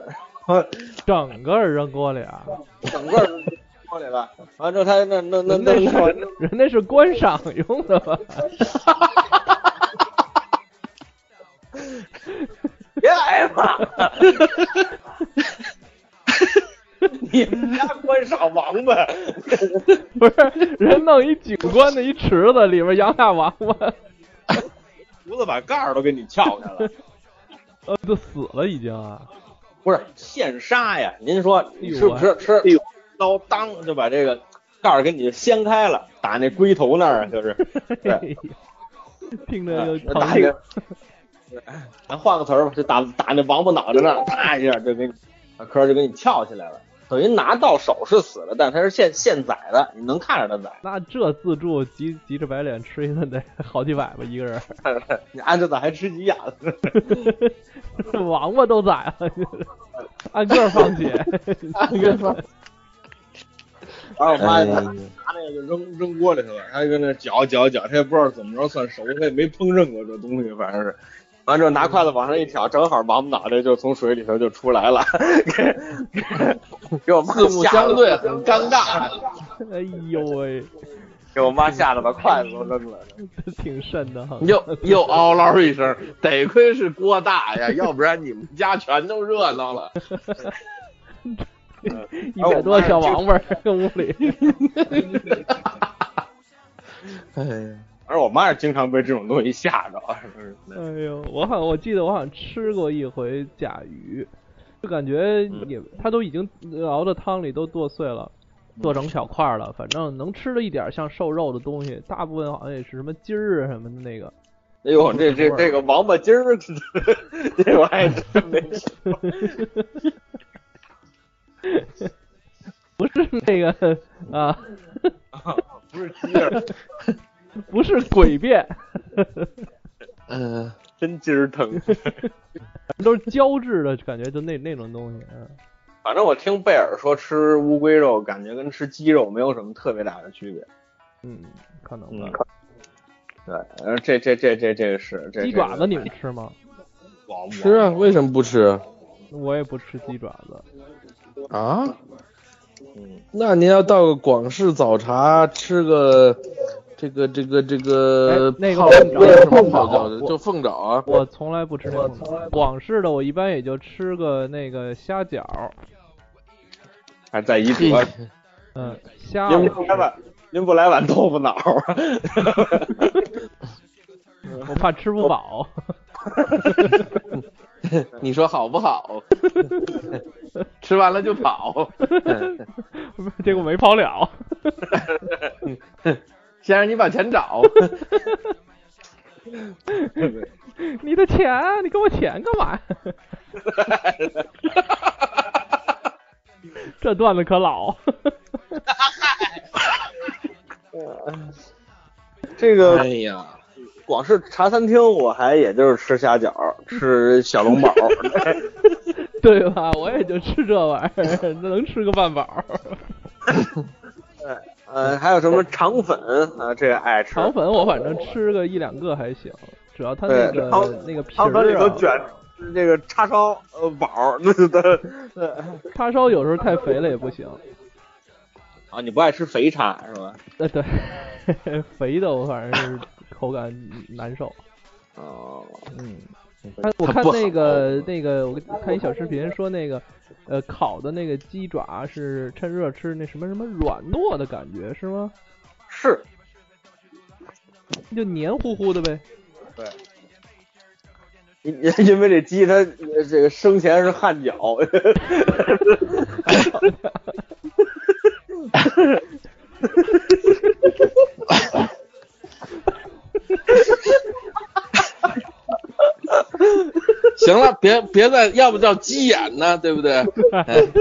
C: 整个儿扔锅里啊！
B: 整个儿扔锅里了。完了之后她那那那那那
C: 人那是观赏用的吧？
B: 别挨骂。你们家观赏王八，
C: 不是人弄一景观的一池子，里边养俩王八，
B: 胡子把盖儿都给你撬开了，
C: 呃，都死了已经啊。
B: 不是现杀呀？您说你吃不
C: 哎
B: 吃？吃，刀当就把这个盖儿给你掀开了，打那龟头那儿就是。 对
C: 哎听着就疼。
B: 打一个， 咱换个词儿吧，就打打那王八脑袋那儿，啪一下就给你，把壳儿就给你翘起来了。等于拿到手是死了，但它是现现宰的，你能看着它宰。
C: 那这自助急急着白脸吃一顿得好几百吧一个 人，
B: 你按着宰还吃几眼？
C: 王八都宰了，按个儿放血。
B: 按个放。把我
D: 哎
B: 妈拿
D: 嗯
B: 那个扔扔锅里去了，她就跟那搅搅搅，她也不知道怎么着算熟，她也没烹饪过这东西，反正是。完之后拿筷子往上一挑，正好王八脑袋就从水里头就出来了， 给给给我妈
D: 四目
B: 吓得
D: 相对很
B: 尴尬。
C: 哎呦喂，
B: 给我妈吓得把筷子都扔了。
C: 这 挺瘆的哈。
D: 又又嗷 唠一声，得亏是锅大呀，要不然你们家全都热闹了。
C: 一百多小王八儿跟屋里，
D: 哎呀，
B: 而我妈是经常被这种东西吓着，是不是
C: 哎呦，我好像我记得我好像吃过一回甲鱼，就感觉也它都已经熬到汤里都剁碎了，剁成小块儿了，反正能吃的一点儿像瘦肉的东西，大部分好像也是什么筋儿啊什么的那个。
B: 哎呦，这这这个王八精儿， 这我还真没吃过。
C: 不是那个啊，
B: 不是鸡儿，
C: 不是诡辩，
D: 嗯、
B: 真鸡儿疼。
C: 都是胶质的感觉，就那那种东西。嗯，
B: 反正我听贝尔说，吃乌龟肉感觉跟吃鸡肉没有什么特别大的区别。
C: 嗯，可能
B: 嗯
C: 吧。，
B: 对，呃，这这这这这个是这
C: 鸡爪子你们吃吗？
B: 我
D: 吃啊？为什么不吃
C: 我也不吃鸡爪子，
D: 啊？
B: 嗯，
D: 那您要到个广式早茶吃个这个这个这个
C: 哎那个
D: 呃泡
C: 凤爪凤爪
D: 不是什么泡饺子，就凤爪啊。
C: 我从来不吃那种。广式的我一般也就吃个那个虾饺，
B: 还在一
D: 嘿
B: 桌，
C: 嗯，虾
B: 您
C: 我
B: 不来碗，您不来碗豆腐脑儿啊？
C: 我怕吃不饱。
D: 你说好不好？ 吃完了就跑。
C: 结果没跑了，
D: 先生，你把钱找。
C: 你的钱，你给我钱干嘛？ 这段子可老，
B: 这个
D: 哎呀，
B: 光是茶餐厅，我还也就是吃虾饺、吃小笼包，
C: 对吧？我也就吃这玩意儿， 能吃个半饱。
B: 呃，还有什么肠粉啊，这个爱吃。
C: 肠粉我反正吃个一两个还行，主要它那
B: 对
C: 个
B: 肠
C: 那个皮
B: 肠粉里
C: 儿
B: 头
C: 啊，
B: 卷这个叉烧呃饱，那的
C: 叉烧有时候太肥了也不行。
B: 啊，你不爱吃肥叉是吧？
C: 呃，对， 肥的我反正是口感难受。
B: 哦，
C: 他我
D: 它
C: 看
D: 不好
C: 那个那个，我看一小视频说那个，呃，烤的那个鸡爪是趁热吃，那什么什么软糯的感觉是吗？
B: 是，
C: 就黏糊糊的呗。
B: 因 因为这鸡它呃这个生前是汗脚，
D: 行了，别别再，要不叫鸡眼呢，对不对？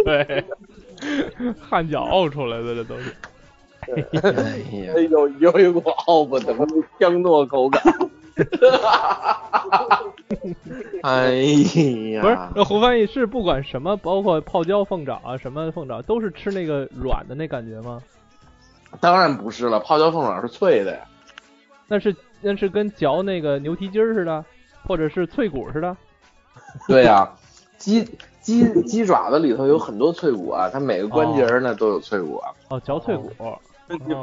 C: 对， 汗脚沤出来的这都是。
D: 哎呀，
B: 有有一股奥不得香糯口感。
D: 哎
C: 不是
D: 呀，，
C: 那胡翻译是不管什么，包括泡椒凤爪啊，什么凤爪，都是吃那个软的那感觉吗？
D: 当然不是了，泡椒凤爪是脆的呀。
C: 那是那是跟嚼那个牛蹄筋儿似的，或者是脆骨似的。
D: 对呀、 鸡鸡鸡爪子里头有很多脆骨啊，它每个关节儿呢都有脆骨啊。
C: 哦，嚼哦脆骨。
B: 你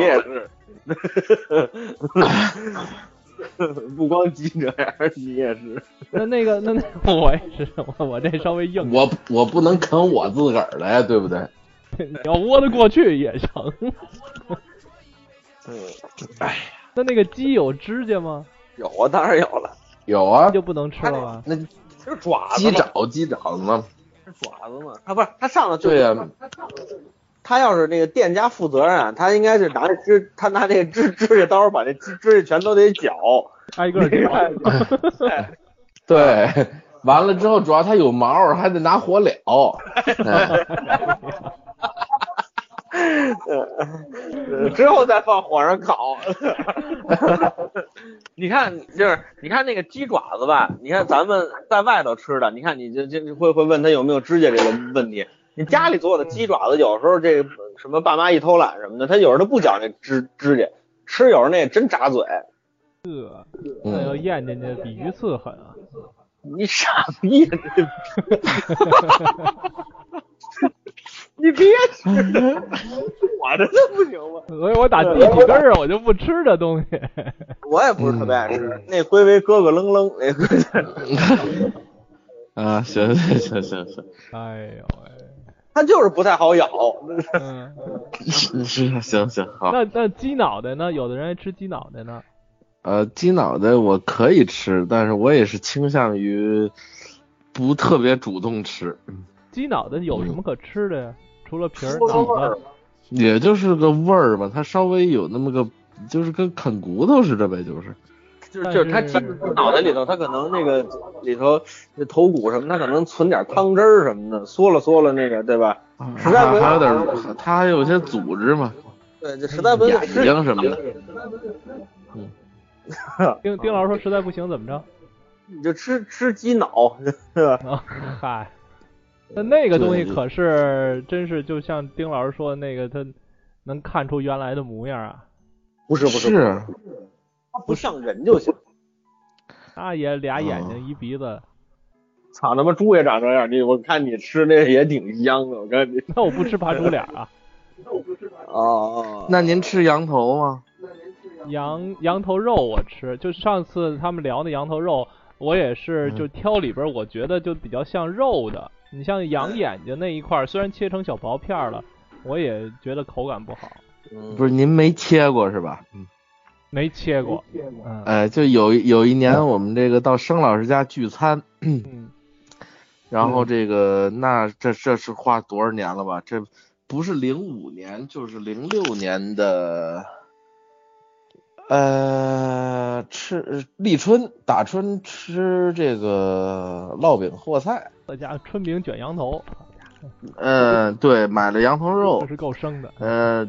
B: 也是， 不光鸡这样，你也是。
C: 那那个那那 我也是，我我这稍微硬，
D: 我我不能啃我自个儿的呀，对不对？
C: 你要窝得过去也行。嗯
D: 哎，
C: 那那个鸡有指甲吗？
B: 有啊，当然有了，
D: 有啊
C: 那，就不能吃了吧？
D: 那
B: 就是爪子
D: 鸡
B: 嘛，
D: 爪鸡爪子吗？
B: 是爪子嘛。啊，不是，他上来就
D: 对呀、
B: 他要是那个店家负责任啊，他应该是拿那指，他拿那个指指甲刀把那指指甲全都得 绞。
C: 挨个儿嚼。 哎
D: 对， 完了之后主要它有毛，还得拿火 燎。哎
B: 呃之后再放火上烤。 你看，就是你看那个鸡爪子吧，你看咱们在外头吃的，你看你这这会会问他有没有指甲这个问题。你家里做的鸡爪子，有时候这个什么爸妈一偷懒什么的，他有时候他不讲那指指甲，吃有时候那真扎嘴。
C: 那要
D: 嗯，
C: 咽进去比鱼刺狠啊！
B: 你傻逼！ 你别吃，我这都不行吗？
C: 所以我打地几根儿啊，我就不吃这东西。
B: 我也不是特别爱吃，那龟为咯咯楞楞，那龟
D: 啊，行行行行行，
C: 哎呦喂，
B: 它就是不太好咬。
C: 嗯，
D: 是是行行好。
C: 那那鸡脑袋呢？有的人还吃鸡脑袋呢。
D: 呃，鸡脑袋我可以吃，但是我也是倾向于不特别主动吃，
C: 鸡脑袋有什么可吃的呀？除了皮儿，
B: 出了味儿
C: 脑子
D: 也就是个味儿吧，它稍微有那么个，就是跟啃骨头似的呗，就是。
B: 就是就是它
C: 但是
B: 鸡脑袋里头，它可能那个里头那头骨什么，它可能存点汤汁儿什么的，缩了缩了那个，对吧？实在不
D: 还还
B: 行
D: 有点儿，它还有些组织嘛，
B: 对，就实在不行
D: 眼睛什么的。
C: 丁丁老师说实在不行怎么着？
B: 你就吃吃鸡脑，对吧？
C: 啊，嗨，那那个东西
D: 对
C: 可是真是就像丁老师说的那个，它能看出原来的模样啊。
B: 不是不是，
D: 是，
B: 它不像人就行。
C: 那也俩眼睛一鼻子，
B: 操他妈猪也长这样，你我看你吃那也挺香的，我看你。
C: 那我不吃扒猪脸啊。
B: 哦
D: 那您吃羊头吗？
C: 羊羊头肉我吃，就上次他们聊那羊头肉，我也是
D: 嗯
C: 就挑里边儿我觉得就比较像肉的。你像
D: 嗯
C: 羊眼睛那一块儿，虽然切成小薄片儿了，我也觉得口感不好，
B: 那
D: 不是，您没切过是吧？嗯。
C: 没切过。嗯
D: 哎，就有有一年我们这个到生老师家聚餐，
C: 嗯，
D: 然后这个那这这是花多少年了吧？这不是零五年就是零六年的，呃，吃立春打春吃这个烙饼和菜，
C: 这家伙春饼卷羊头，
D: 嗯、对，买了羊头肉
C: 这，是够生的。
D: 呃，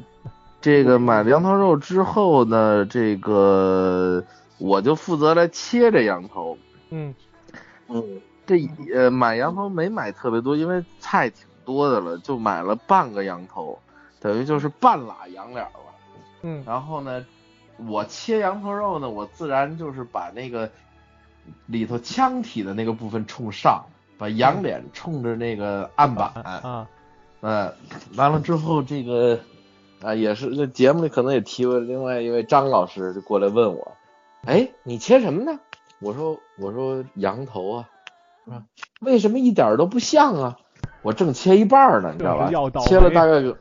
D: 这个买了羊头肉之后呢，这个我就负责来切这羊头，
C: 嗯
B: 嗯
D: 这呃买羊头没买特别多，因为菜挺多的了，就买了半个羊头，等于就是半拉羊脸了。
C: 嗯
D: 然后呢，我切羊头肉呢，我自然就是把那个里头腔体的那个部分冲上，把羊脸冲着那个案板，
C: 啊，
D: 嗯，完了之后这个啊、也是这节目里可能也提过，另外一位张老师就过来问我，哎，你切什么呢？我说我说羊头啊，啊，为什么一点儿都不像啊？我正切一半儿呢，你知道吧
C: 这是要倒？霉
D: 切了大概有，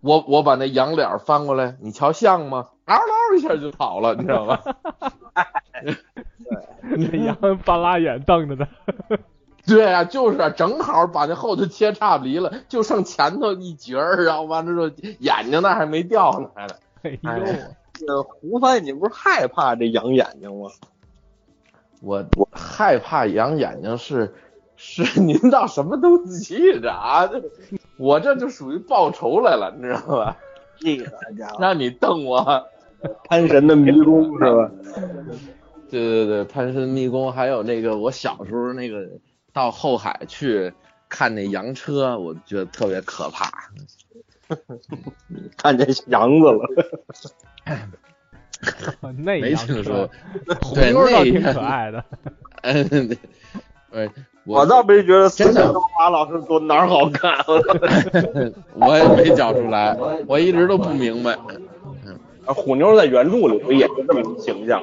D: 我我把那羊脸儿翻过来，你瞧像吗？嗷嗷一下就跑了，你知道吧？ 哎
C: 那羊半拉眼瞪着他。
D: 对啊，就是啊，正好把那后头切差不离了，就剩前头一截儿，然后完了之后眼睛那还没掉呢，还得
C: 哎呦，
B: 呃，胡翻，你不是害怕这羊眼睛 吗？
D: 我我害怕养眼睛是是您到什么都去的啊？我这就属于报仇来了，你知道吧？
B: 这个家伙，
D: 让你瞪我。
B: 潘神的迷宫是 吧？
D: 对对对，潘神迷宫，还有那个我小时候那个到后海去看那洋车，我觉得特别可怕。
B: 看见羊子了，
C: 那
D: 没
C: 羊
D: 听
C: 车
D: 说，
C: 红
D: 对
C: 妞儿倒
D: 那
C: 挺
D: 个
C: 可。爱的。
D: 嗯，对，呃
B: 我
D: 我
B: 倒没觉得
D: 真
B: 四
D: 的
B: 千多华老师多哪儿好看。 啊
D: 我也没讲出来，我一直都不明白。
B: 啊 虎妞在原著里头也是这么形象，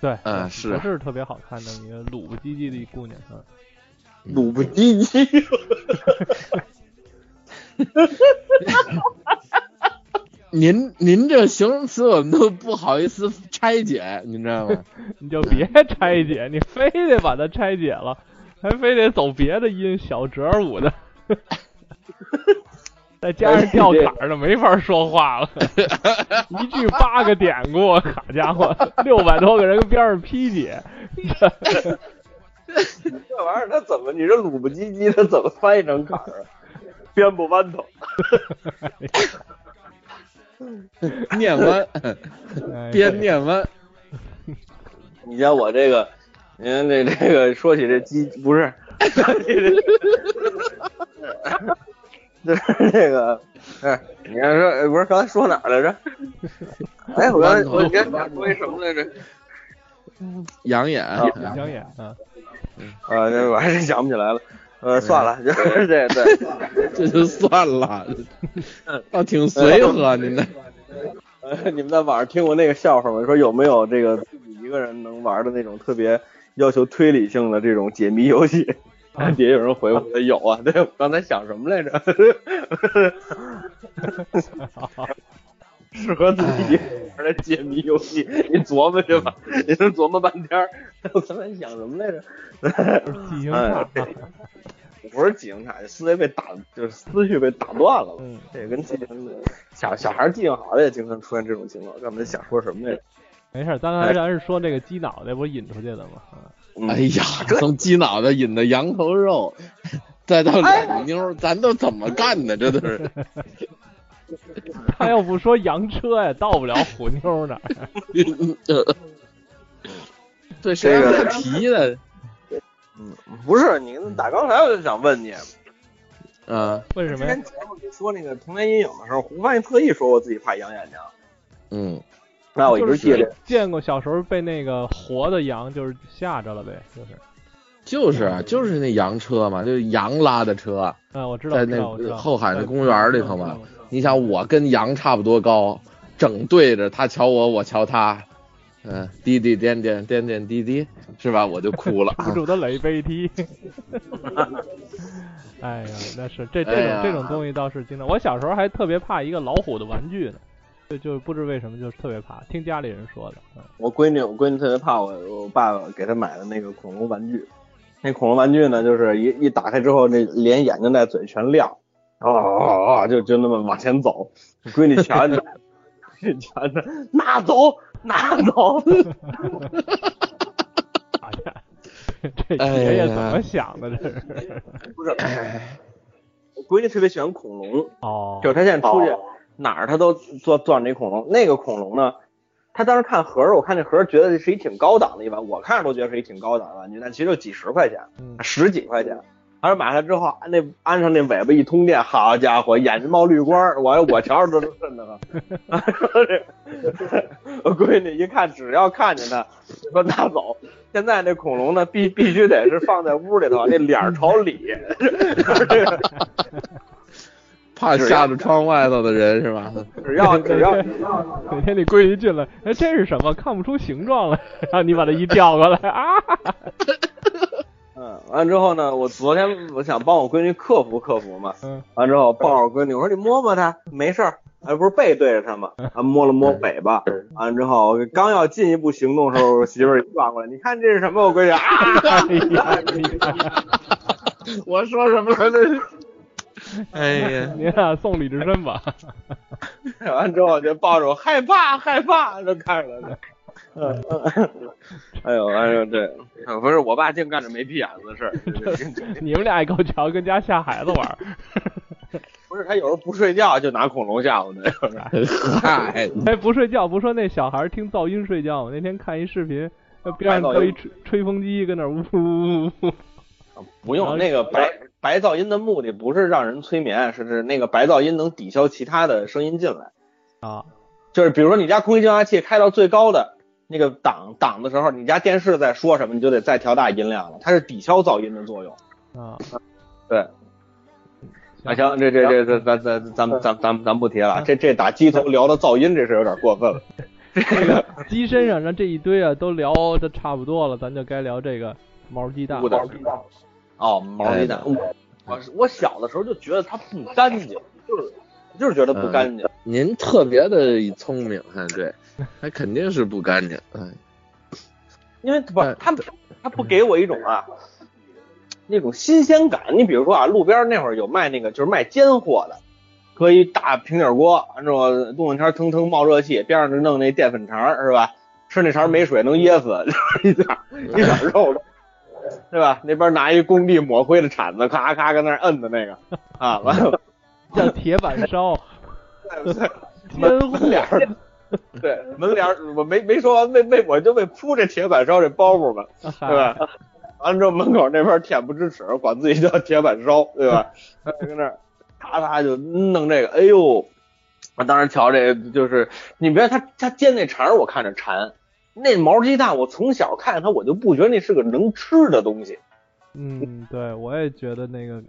C: 对，
D: 嗯
C: 不
D: 是
C: 是特别好看的一个鲁不唧唧的一姑娘，嗯，
B: 鲁不 唧唧，
D: 您您这形容词我们都不好意思拆解，您知道吗？
C: 你就别拆解，你非得把它拆解了，还非得走别的音，小折舞的，再加上掉坎儿的，没法说话了，一句八个典故，好家伙，六百多个人跟边上批姐，
B: 这玩意儿他怎么？你这鲁不唧唧，他怎么翻译成坎儿啊？ 编不弯头，
D: 念完，
C: 哎
D: 边念完，
B: 你像我这个，您这这个说起这鸡不是，就是这个，哎，你要说哎不是刚才说哪儿来着？哎，我刚才我刚才说一什么来着？
D: 养眼，
C: 很养眼啊，
B: 啊，这我还是想不起来了。呃，算了，就是这对，
D: 这就算了， 倒挺随和您的。
B: 呃， 你们在网上听过那个笑话吗？说有没有这个自己一个人能玩的那种特别要求推理性的这种解谜游戏？啊，底下有人回我说有啊，对，我刚才想什么来着？ 适合自己一个人玩的解谜游戏，你琢磨去吧，你能琢磨半天儿。 我刚才想什么来着？
C: 记性
B: 哎
C: 差，啊
B: 不是警察，思维被打，就是思绪被打断了嘛。
C: 嗯，
B: 这跟记性，小小孩记性好的也经常出现这种情况。刚才想说什么来着？
C: 没事儿，刚才咱是说那个鸡脑袋不是引出去的吗？啊
B: 嗯
D: 哎呀，从鸡脑袋引到羊头肉，再到脸妞儿，咱都怎么干的？这都是
C: 他要不说洋车呀，到不了虎妞那儿。
D: 对谁让他提的？
B: 不是你打刚才我就想问你，
D: 啊，
C: 为什
B: 之
C: 么呀
B: 前？节目里说那个童年阴影的时候，胡翻译特意说我自己怕羊眼睛，
D: 嗯，
B: 那我一
C: 就
B: 直记
C: 是
B: 着。
C: 见过小时候被那个活的羊就是吓着了呗，就是。
D: 就是啊就是那羊车嘛，就是羊拉的车，
C: 嗯，我知道，
D: 在
C: 我知道我知
D: 那
C: 道
D: 后海的
C: 对
D: 公园里头嘛。你想我跟羊差不多高，整对着他瞧我，我瞧他，嗯、滴滴点点点点滴滴，是吧？我就哭了。啊
C: 不住的垒背 梯。哎呀，那是这这
D: 哎
C: 种
D: 呀
C: 这种东西倒是经常。我小时候还特别怕一个老虎的玩具呢，就就不知为什么就是特别怕，听家里人说的。嗯
B: 我闺女，我闺女特别怕我我爸爸给她买的那个恐龙玩具。那恐龙玩具呢，就是一一打开之后，那连眼睛带嘴全亮，啊啊啊，就就那么往前走。我闺女全 着，闺女全着，拿走拿走。
C: 哎呀，这
D: 哎
C: 爷爷
D: 呀
C: 怎么想的？这 是
B: 不是， 我闺女特别喜欢恐龙，
C: 哦
B: 就是她现在出去、哪儿她都坐攥着一恐龙。那个恐龙呢，她当时看盒儿，我看那盒儿觉得是一挺高档的一玩，我看着都觉得是一挺高档的玩具，但其实就几十块钱。
C: 嗯
B: 十几块钱。他说买了之后，按那安上那尾巴一通电，好家伙，眼睛冒绿光儿，我我瞧着都瘆得慌。 我闺女一看，只要看见他，就说拿走。现在那恐龙呢，必必须得是放在屋里头，那脸儿朝 里。
D: 怕吓着窗外头的人是吧？
B: 只要只要
C: 每天你闺女进来，哎，这是什么？看不出形状来。然后你把它一调过来啊，
B: 嗯，完之后呢，我昨天我想帮我闺女克服克服嘛，
C: 嗯，
B: 完之后抱着我闺女，我说你摸摸她，没事儿，哎，不是背对着她嘛，
C: 嗯
B: 啊，摸了摸尾巴，完之后刚要进一步行动的时候，我媳妇儿一转过来，你看这是什么？我闺女啊，
C: 哎呀，你看
D: 我说什么来着？ 哎 呀，
C: 您啊，送李志深吧。哎
B: 完之后就抱着我害怕害怕，就看着她，嗯，嗯哎呦哎呦，对，啊不是我爸净干这没屁眼子的事儿，
C: 你们俩爱狗桥跟家吓孩子玩 儿，
B: 不是他有时候不睡觉就拿恐龙吓唬他，
D: 嗨，
C: 哎，不睡觉，不说那小孩儿听噪音睡觉吗？那天看一视频，那边上
B: 白噪
C: 搁一
B: 音
C: 吹吹风机跟那儿呜呜呜呜，
B: 不用那个白白噪音的目的不是让人催眠，是是那个白噪音能抵消其他的声音进来
C: 啊。
B: 就是比如说你家空气净化器开到最高的那个档档的时候，你家电视在说什么，你就得再调大音量了，它是抵消噪音的作用。
C: 啊，
B: 对，啊行，这 这这这咱咱咱咱咱咱不提了，这这打鸡头聊到噪音这事有点过分了。
C: 这个鸡身上，咱这一堆啊都聊的差不多了，咱就该聊这个毛鸡蛋。
B: 不的哦，毛鸡蛋，我我是我小的时候就觉得它不干净，就是就是觉得不干净。
D: 您特别的聪明，嗯，对，那肯定是不干净，嗯，
B: 因为不，他他不给我一种啊那种新鲜感。你比如说啊，路边那会儿有卖那个就是卖煎货的，搁一大平底锅，完之后动半天腾腾冒热气，边上就弄那淀粉肠是吧？吃那肠没水能噎死， 一点一点肉都。对吧？那边拿一工地抹灰的铲子，咔咔跟那儿摁的那个啊，完了，
C: 叫铁板 烧，
B: 对对
C: 门 户
B: 帘儿，对门帘儿，我没没说完，被被我就被扑这铁板烧这包袱吧，对吧？完了之后门口那边恬不知耻，管自己叫铁板烧，对吧？跟那儿咔咔就弄这个，哎呦，我当时瞧这个就是你别他他煎那肠儿，我看着馋。那毛鸡蛋，我从小看见它，我就不觉得那是个能吃的东西。
C: 嗯，对，我也觉得那个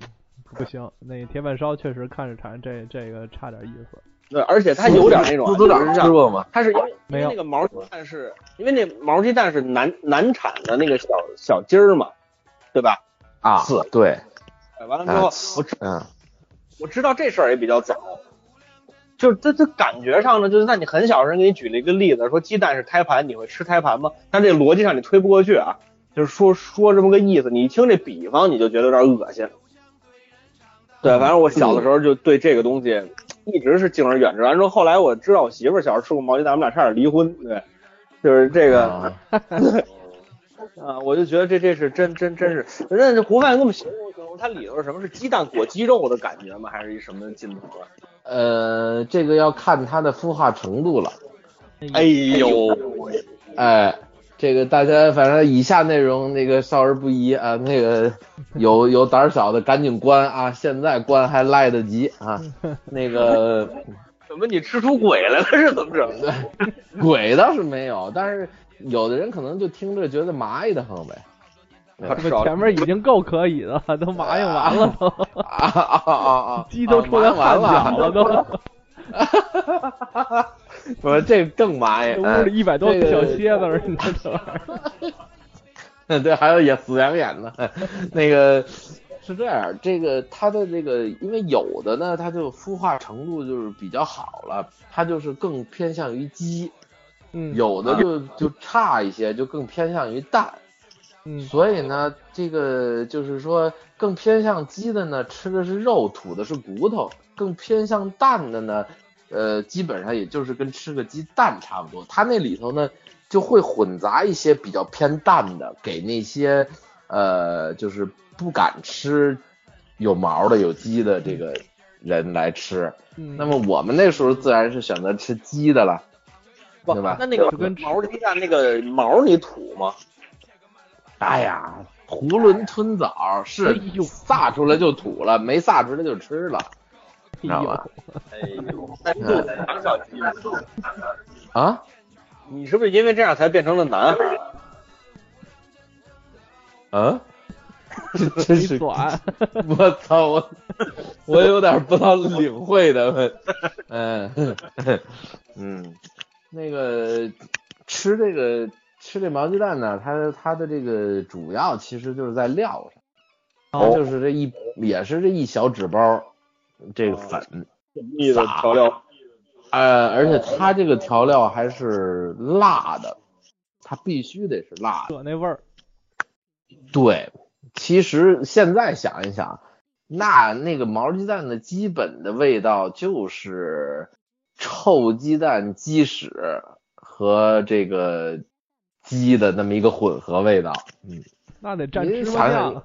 C: 不行，那铁板烧确实看着馋，这这个差点意思。
B: 对，而且它有点那种
D: 猪肚肠吃过吗？
B: 它是因为
C: 没有
B: 那个毛鸡蛋是因为那毛鸡蛋是难难产的那个小小鸡儿嘛，对吧？
D: 啊，对，
B: 哎完了之后，
D: 啊
B: 我知
D: 嗯，
B: 我知道这事儿也比较早，就这这感觉上呢，就是在你很小时候给你举了一个例子，说鸡蛋是胎盘，你会吃胎盘吗？但这逻辑上你推不过去啊，就是说说这么个意思，你一听这比方你就觉得有点恶心。对，反正我小的时候就对这个东西一直是敬而远之。完之后，后来我知道我媳妇儿小时候吃过毛鸡蛋，我们俩差点离婚。对，就是这个。
D: 啊
B: 啊，我就觉得这这是真真真是，那这胡范给我们形容形容，它里头是什么是鸡蛋裹鸡肉的感觉吗？还是一什么劲头啊？
D: 呃，这个要看它的孵化程度了。
B: 哎呦，
D: 哎，这个大家反正以下内容那个少儿不宜啊，那个有有胆儿小的赶紧关啊，现在关还来得及 啊。那个
B: 怎么你吃出鬼来了是怎么整的？
D: 鬼倒是没有，但是有的人可能就听着觉得麻一的慌呗。哎
C: 这前面已经够可以的了， 都麻应完了都，
D: 啊啊啊啊！
C: 鸡都出来
D: 麻
C: 汗脚
D: 完
C: 了
D: 了，
C: 都，
D: 我这更麻呀
C: 这！屋里一百多
D: 哎
C: 个小蝎子儿，你这这玩意儿。
D: 嗯， 对，还有也死两眼呢。 那个是这样，这个它的这个，因为有的呢，它就孵化程度就是比较好了，它就是更偏向于鸡；
C: 嗯，
D: 有的就就差一些，就更偏向于蛋。
C: 嗯
D: 所以呢，这个就是说，更偏向鸡的呢，吃的是肉，吐的是骨头；更偏向蛋的呢，呃，基本上也就是跟吃个鸡蛋差不多。它那里头呢，就会混杂一些比较偏淡的，给那些呃，就是不敢吃有毛的、有鸡的这个人来吃。
C: 嗯
D: 那么我们那时候自然是选择吃鸡的了，
B: 不，
D: 对吧
B: 那那个
C: 就跟吃
B: 毛鸡蛋那个毛你吐吗？
D: 哎呀，囫囵吞枣
C: 哎
D: 是
C: 呦
D: 撒出来就吐了，没撒出来就吃了，
C: 哎
D: 知道吧
C: 呦，？
B: 哎呦，那你就胆小鸡了
D: 啊，
B: 你是不是因为这样才变成了男孩儿？
D: 啊，这真
C: 你
D: 是，
C: 短，
D: 我操，我我有点不知道领会 的，嗯嗯，那个吃这个吃这毛鸡蛋呢，它它的这个主要其实就是在料上，它就是这一也是这一小纸包这个粉。
B: 腻的调料，
D: 呃，而且它这个调料还是辣的，它必须得是辣的。
C: 扯那味儿。
D: 对，其实现在想一想，那那个毛鸡蛋的基本的味道就是臭鸡蛋、鸡屎和这个鸡的那么一个混合味道，嗯，
C: 那得蘸
D: 您
C: 芝麻酱
D: 想想
C: 了。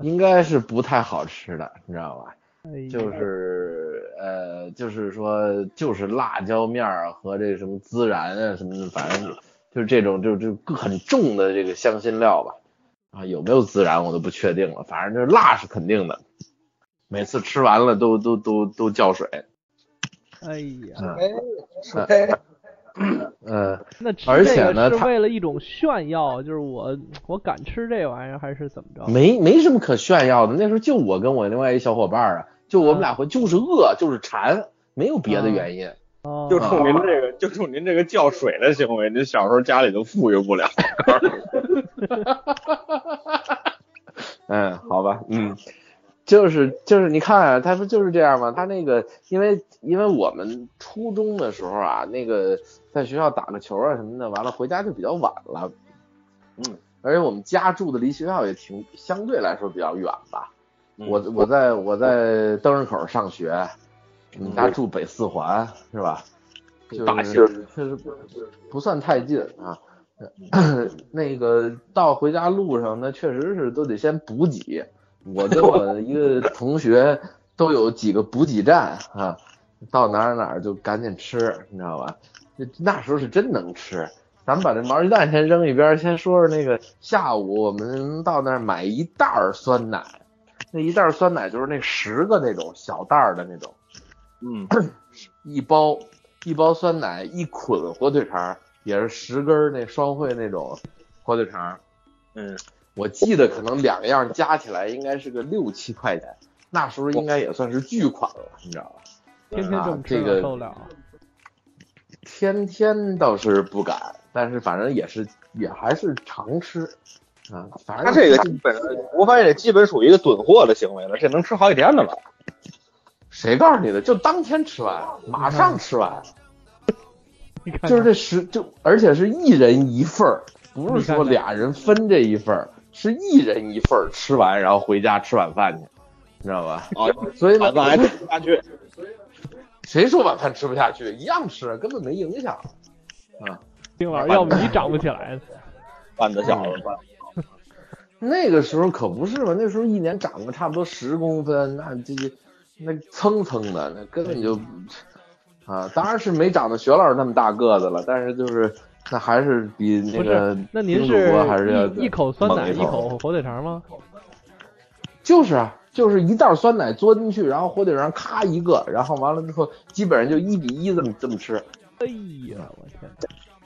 D: 应该是不太好吃的，你知道吧？
C: 哎呀
D: 就是呃，就是说就是辣椒面儿和这什么孜然啊什么的，反正就是这种就就更很重的这个香辛料吧。啊，有没有孜然我都不确定了，反正就是辣是肯定的。每次吃完了都都都都叫水，
C: 哎呀，
D: 嗯
B: 是呗
D: 嗯
C: 那吃
D: 而
C: 这
D: 且
C: 个
D: 呢
C: 是
D: 它
C: 为了一种炫耀，就是我我敢吃这玩意儿还是怎么着？
D: 没没什么可炫耀的。那时候就嗯我跟我另外一小伙伴儿啊，就我们俩会就是饿，就是馋，没有别的原因。
C: 哦，
B: 就冲您这个，就冲您这个叫水的行为，您小时候家里都富裕不了。
D: 嗯，好吧，嗯，就是就是，你看啊，他不就是这样吗？他那个，因为因为我们初中的时候啊，那个在学校打个球啊什么的，完了回家就比较晚了，嗯，而且我们家住的离学校也挺相对来说比较远吧。我我在我在灯市口上学，我们家住北四环是吧？就
B: 大
D: 是
B: 兴
D: 确实不不算太近啊。 那个到回家路上，那确实是都得先补给。我跟我一个同学都有几个补给站啊，到哪儿哪儿就赶紧吃，你知道吧？那那时候是真能吃。咱们把这毛鸡蛋先扔一边儿，先说说那个下午我们到那儿买一袋儿酸奶，那一袋儿酸奶就是那十个那种小袋儿的那种，
B: 嗯，
D: 一包一包酸奶，一捆火腿肠儿，也是十根儿那双汇那种火腿肠儿。
B: 嗯，
D: 我记得可能两样加起来应该是个六七块钱，那时候应该也算是巨款了，你知道吧？
C: 天天这么吃
D: 这个
C: 哪受得了？
D: 天天倒是不敢，但是反正也是也还是常吃啊。反正
B: 他这个基本上，我发现这基本属于一个囤货的行为了，这能吃好几天的吧？
D: 谁告诉你的？就当天吃完，马上吃完，
C: 你看看，
D: 就是这十就而且是一人一份儿，不是说
C: 你看看
D: 俩人分这一份儿，是一人一份儿吃完，然后回家吃晚饭去，你知道吧？
B: 啊，
D: 所以呢
B: 晚，饭还吃不下去。
D: 谁说晚饭吃不下去？一样吃，根本没影响。
C: 丁老师，要不你长不起来呢？
B: 半个小时吧，
D: 那个时候可不是嘛，那时候一年长个差不多十公分，那这这那蹭蹭的，那根本就啊，当然是没长到学老师那么大个子了，但是就是那还是比那
C: 不
D: 个
C: 是，那 您
D: 冰主
C: 是
D: 播还是要
C: 一一口酸奶
D: 猛一口
C: 口火腿肠吗？
D: 就是啊，就是一袋酸奶嘬进去，然后火腿肠咔一个，然后完了之后基本上就一比一这么这么吃。
C: 哎呀，我天！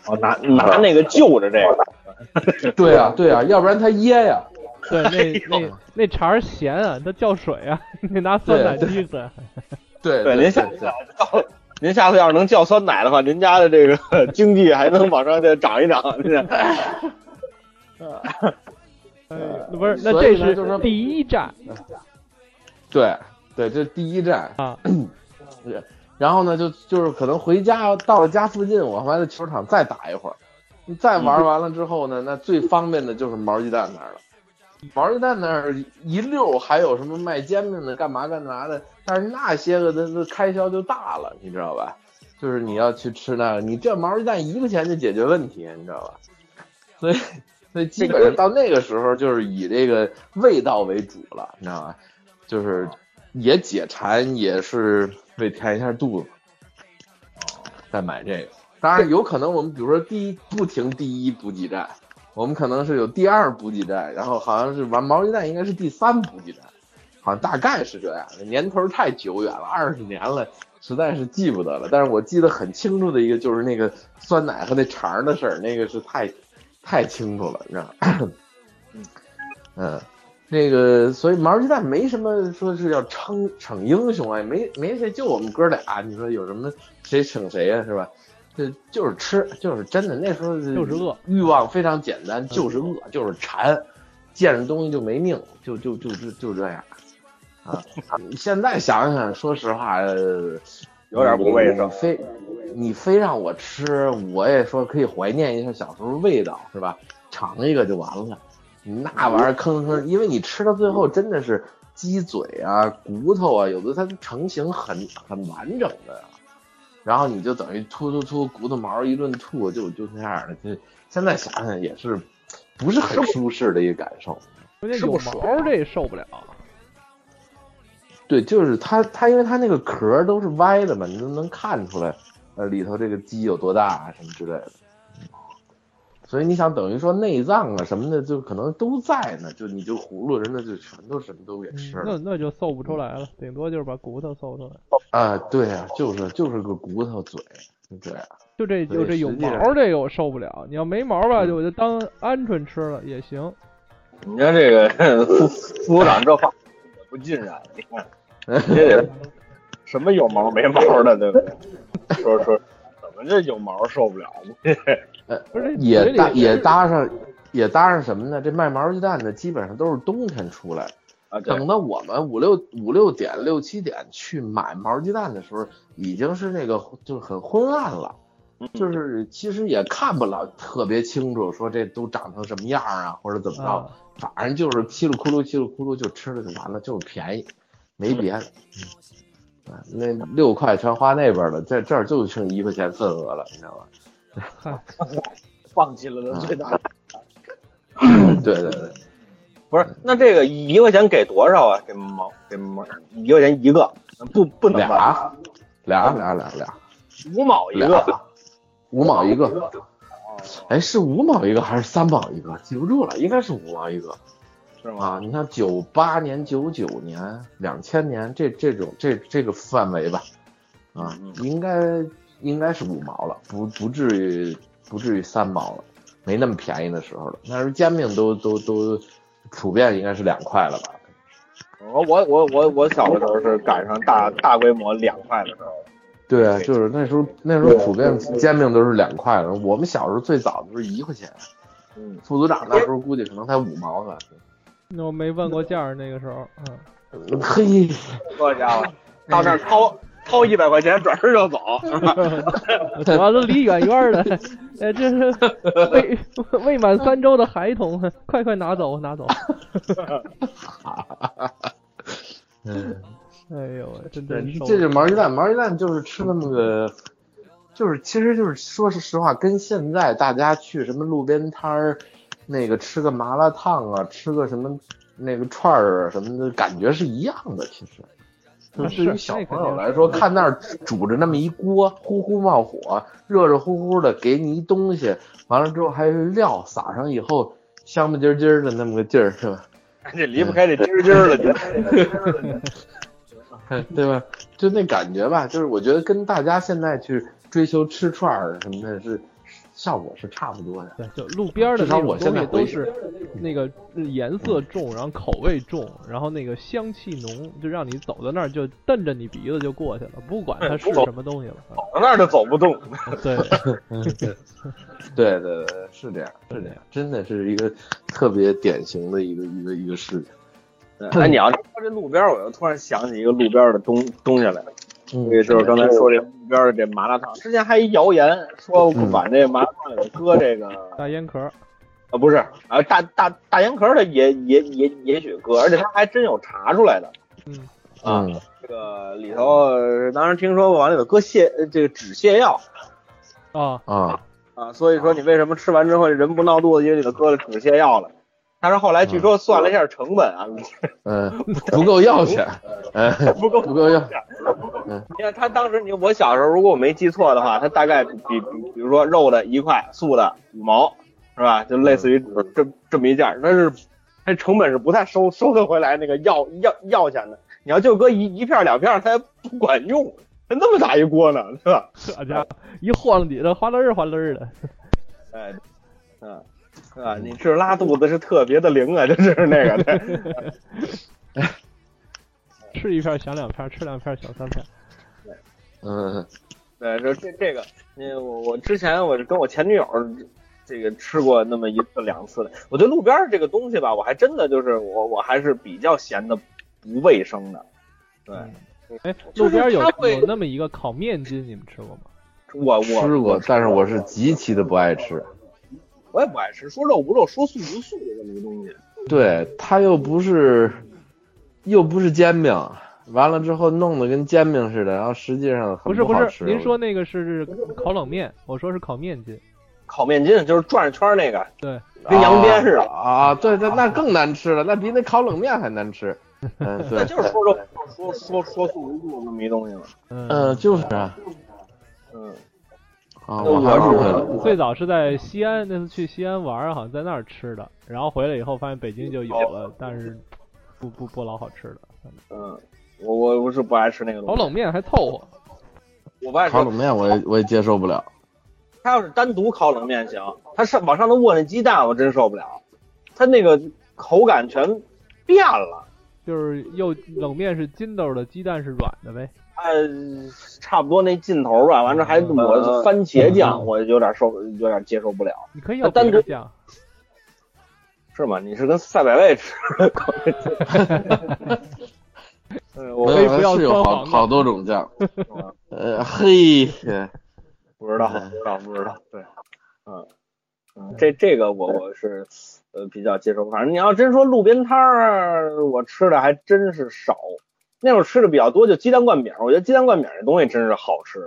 B: 哦，拿拿那个就着这个，
D: 对啊，对啊，要不然他噎呀、
C: 对，
D: 哎
C: 那那那肠儿咸啊，它叫水啊， 你拿酸奶啊
D: 对
C: 滴 出来。
D: 对
B: 对，
D: 对
B: 您下次要 您下次要是能叫酸奶的话，您家的这个 经济还能往上再涨一涨。您这
C: 哎呦那不是，那
D: 所
C: 这
D: 以呢就是说
C: 第一站
D: 对对，这第一站
C: 啊。
D: 对然后呢，就就是可能回家到了家附近，我还在球场再打一会儿，再玩完了之后呢，那最方便的就是毛鸡蛋那儿了。毛鸡蛋那儿一溜儿还有什么卖煎饼的，干嘛干嘛的，但是那些个的的开销就大了，你知道吧？就是你要去吃那个，你这毛鸡蛋一块钱就解决问题，你知道吧？所以，所以基本上到那个时候就是以这个味道为主了，你知道吧？就是也解馋，也是为填一下肚子，再买这个。当然，有可能我们比如说第一不停第一补给站，我们可能是有第二补给站，然后好像是完毛鸡蛋应该是第三补给站，好像大概是这样的。年头太久远了，二十年了，实在是记不得了。但是我记得很清楚的一个就是那个酸奶和那肠儿的事儿，那个是太太清楚了，你知道吗？嗯，那个所以毛鸡蛋没什么说是要称逞英雄啊，也没没谁，就我们哥俩，你说有什么谁逞谁呀、是吧？这就是吃，就是真的，那时候
C: 就是饿，嗯
D: 欲望非常简单，就是饿，就是馋，见着东西就没命，就就就就就这样。 啊，现在想想，说实话，呃
B: 有点不卫生
D: 你非你非让我吃，我也说可以怀念一下小时候味道，是吧？尝一个就完了。那玩意儿坑坑，因为你吃到最后真的是鸡嘴啊、骨头啊，有的它成型很很完整的呀，然后你就等于突突突骨头毛一顿吐，就就那样的。就现在想想也是不是很舒适的一个感受。
C: 关键有毛这受不了。啊
D: 对，就是它，它因为它那个壳儿都是歪的嘛，你都能看出来，呃，里头这个鸡有多大啊，什么之类的。所以你想，等于说内脏啊什么的，就可能都在呢，就你就囫囵着那就全都什么都给
C: 嗯
D: 吃了
C: 那那就搜不出来了，顶多就是把骨头搜出来。
D: 啊、对啊，就是就是个骨头嘴，就这样。
C: 就这
D: 对啊
C: 就这有
D: 实际上嗯
C: 毛这个我受不了，你要没毛吧，就我就当鹌鹑吃了也行。
B: 你看这个副副组长这话不尽然，你看，这得什么有毛没毛的，对不对？说说怎么这有毛受不了呢？
C: 不是这嘴
D: 也
C: 里
D: 搭
C: 是
D: 也搭上也搭上什么呢？这卖毛鸡蛋的基本上都是冬天出来，
B: 啊，对
D: 等到我们五六五六点六七点去买毛鸡蛋的时候，已经是那个就是很昏暗了，就是其实也看不了特别清楚，说这都长成什么样啊，或者怎么着，
C: 啊
D: 反正就是稀里咕噜稀里咕噜就吃了就完了，就是便宜，没别的。嗯啊，那六块全花那边了，在这儿就剩一块钱份额了，你知道吧？
B: 放弃了他最大的。
D: 对对对，
B: 不是，那这个一块钱给多少啊？给毛给毛一块钱一个，不不能吧？
D: 俩俩俩俩俩，
B: 五毛一个啊，
D: 五毛一个。哎，是五毛一个还是三毛一个？记不住了，应该是五毛一个
B: 是吗？
D: 啊。你像九八年、九九年、两千年这这种这这个范围吧，啊
B: 嗯，
D: 应该应该是五毛了，不不至于不至于三毛了，没那么便宜的时候了。那时候煎饼都都都普遍应该是两块了吧？
B: 我我我我我小的时候是赶上大大规模两块的时 候，
D: 对啊，就是那时候那时候普遍煎饼都是两块了。我们小时候最早的时候一块钱，
B: 嗯，
D: 副组长那时候估计可能才五毛 呢。
C: 那我没问过价儿那个时候，嗯，
D: 嘿，
B: 这家伙到那儿掏掏一百块钱，转身就走，是吧？
C: 主要都离远远的，哎，这是未未满三周的孩童，快快拿走，拿走！
D: 嗯。
C: 哎呦喂，真
D: 对，
C: 真受不
D: 嗯这
C: 了
D: 是毛鸡蛋，毛鸡蛋就是吃那么个，就是其实就是说是实话，跟现在大家去什么路边摊儿，那个吃个麻辣烫啊，吃个什么那个串儿啊什么的，感觉是一样的。其实，就
C: 啊
D: 对
C: 是
D: 于小
C: 那肯
D: 朋友
C: 定
D: 来说，看那儿煮着那么一锅，呼呼冒火，热热乎乎的，给你一东西，完了之后还有料撒上以后，香不唧唧儿的那么个劲儿，是吧？
B: 这离不开这筋儿筋儿了， 你
D: 对吧？就那感觉吧，就是我觉得跟大家现在去追求吃串儿什么的是效果是差不多的。
C: 对，就路边儿的
D: 至少
C: 那种
D: 我现
C: 东
D: 在
C: 西
D: 回
C: 都
D: 嗯
C: 是那个颜色重，然后口味重，然后那个香气浓，就让你走到那儿就瞪着你鼻子就过去了，不管它是
B: 不走
C: 什么东西 了。啊
B: 往那儿就走不动。
C: 对，
D: 嗯 对对对，是这样，是这样，真的是一个特别典型的一个一个一个事
B: 哎，你要说这路边儿，我又突然想起一个路边儿的东东西来了，
D: 情。
B: 这就是刚才说这路边儿的这麻辣烫。之前还一谣言说往这麻辣烫里头搁这个
C: 大烟壳儿，
B: 啊，不是啊，大大大烟壳的也也也也许搁，而且它还真有查出来的。
C: 嗯，
B: 啊
D: 嗯，
B: 这个里头呃当时听说往里头搁泻呃这个止泻药
C: 啊，
D: 啊，
B: 啊，所以说你为什么吃完之后人不闹肚子，因为里头搁了止泻药了。但是后来据说算了一下成本啊，
D: 嗯，不够药钱，嗯，
B: 不够
D: 不够药，
B: 你看他当时，你我小时候，如果我没记错的话，他大概比比比如说肉的一块，素的五毛，是吧？就类似于这这么一件儿，但是它成本是不太收收得回来那个药药药钱的。你要就搁一一片儿两片儿，它不管用，它那么大一锅呢，是吧？
C: 这家伙一晃底的哗啦儿哗啦儿的，
B: 哎，嗯。啊，你这拉肚子是特别的灵啊，就是那 个的，
C: 吃一片儿想两片儿，吃两片儿想三片儿。
D: 嗯
B: 对，说这这个，那我我之前我是跟我前女友这个吃过那么一次两次的。我对路边儿这个东西吧，我还真的就是我我还是比较嫌的不卫生的。对，
D: 嗯
C: 哎，
B: 就
C: 路
B: 是
C: 边儿有
B: 它会
C: 有那么一个烤面筋，你们吃过吗？
B: 我
D: 吃
B: 我
D: 过，但是我是极其的不爱吃。
B: 我也不爱吃，说肉不肉，说素不素的这么一个东西。
D: 对，它又不是，又不是煎饼，完了之后弄得跟煎饼似的，然后实际上很
C: 不是不
D: 好
C: 是，
D: 吃
C: 您说那个是烤冷面，我说是烤面筋。
B: 烤面筋就是转着圈儿那个，
C: 对，
B: 跟羊鞭似的。
D: 啊啊！对对，那更难吃了，那比那烤冷面还难吃。嗯，
B: 那
D: 对，
B: 就是说肉不肉，说说说素不素的那么一东西嘛。
C: 嗯，
B: 呃
D: 嗯，就是啊，
B: 嗯，
D: 啊，
B: 那
D: 我还误会了。
B: 我
C: 最早是在西安，那次去西安玩儿，好像在那儿吃的，然后回来以后发现北京就有了，但是不不不老好吃的。
B: 嗯，我我我是不爱吃那个东
C: 烤
B: 西，
C: 冷面还凑合，
B: 我不爱吃
D: 烤。冷面我也我也接受不了。
B: 他要是单独烤冷面行，他上往上头卧那鸡蛋，我真受不了，他那个口感全变了。
C: 就是又冷面是筋斗的，鸡蛋是软的呗。
B: 差不多那劲头吧。完了还我番茄酱，我有点受，有点接受不了，
C: 你可以要
B: 啊单
C: 别的
B: 独
C: 酱，
B: 是吗？你是跟赛百味吃的口味 酱？嗯，我
C: 可以
D: 没
C: 不
D: 有
C: 要
D: 呃是有
C: 装
D: 好
C: 潢的
D: 好多种酱
B: 嗯。
D: 呃，嘿，
B: 不知道，不知道，不知道。对，嗯，嗯，这这个我我是呃比较接受，反正你要真说路边摊儿，我吃的还真是少。那会儿吃的比较多，就鸡蛋灌饼儿。我觉得鸡蛋灌饼儿这东西真是好吃。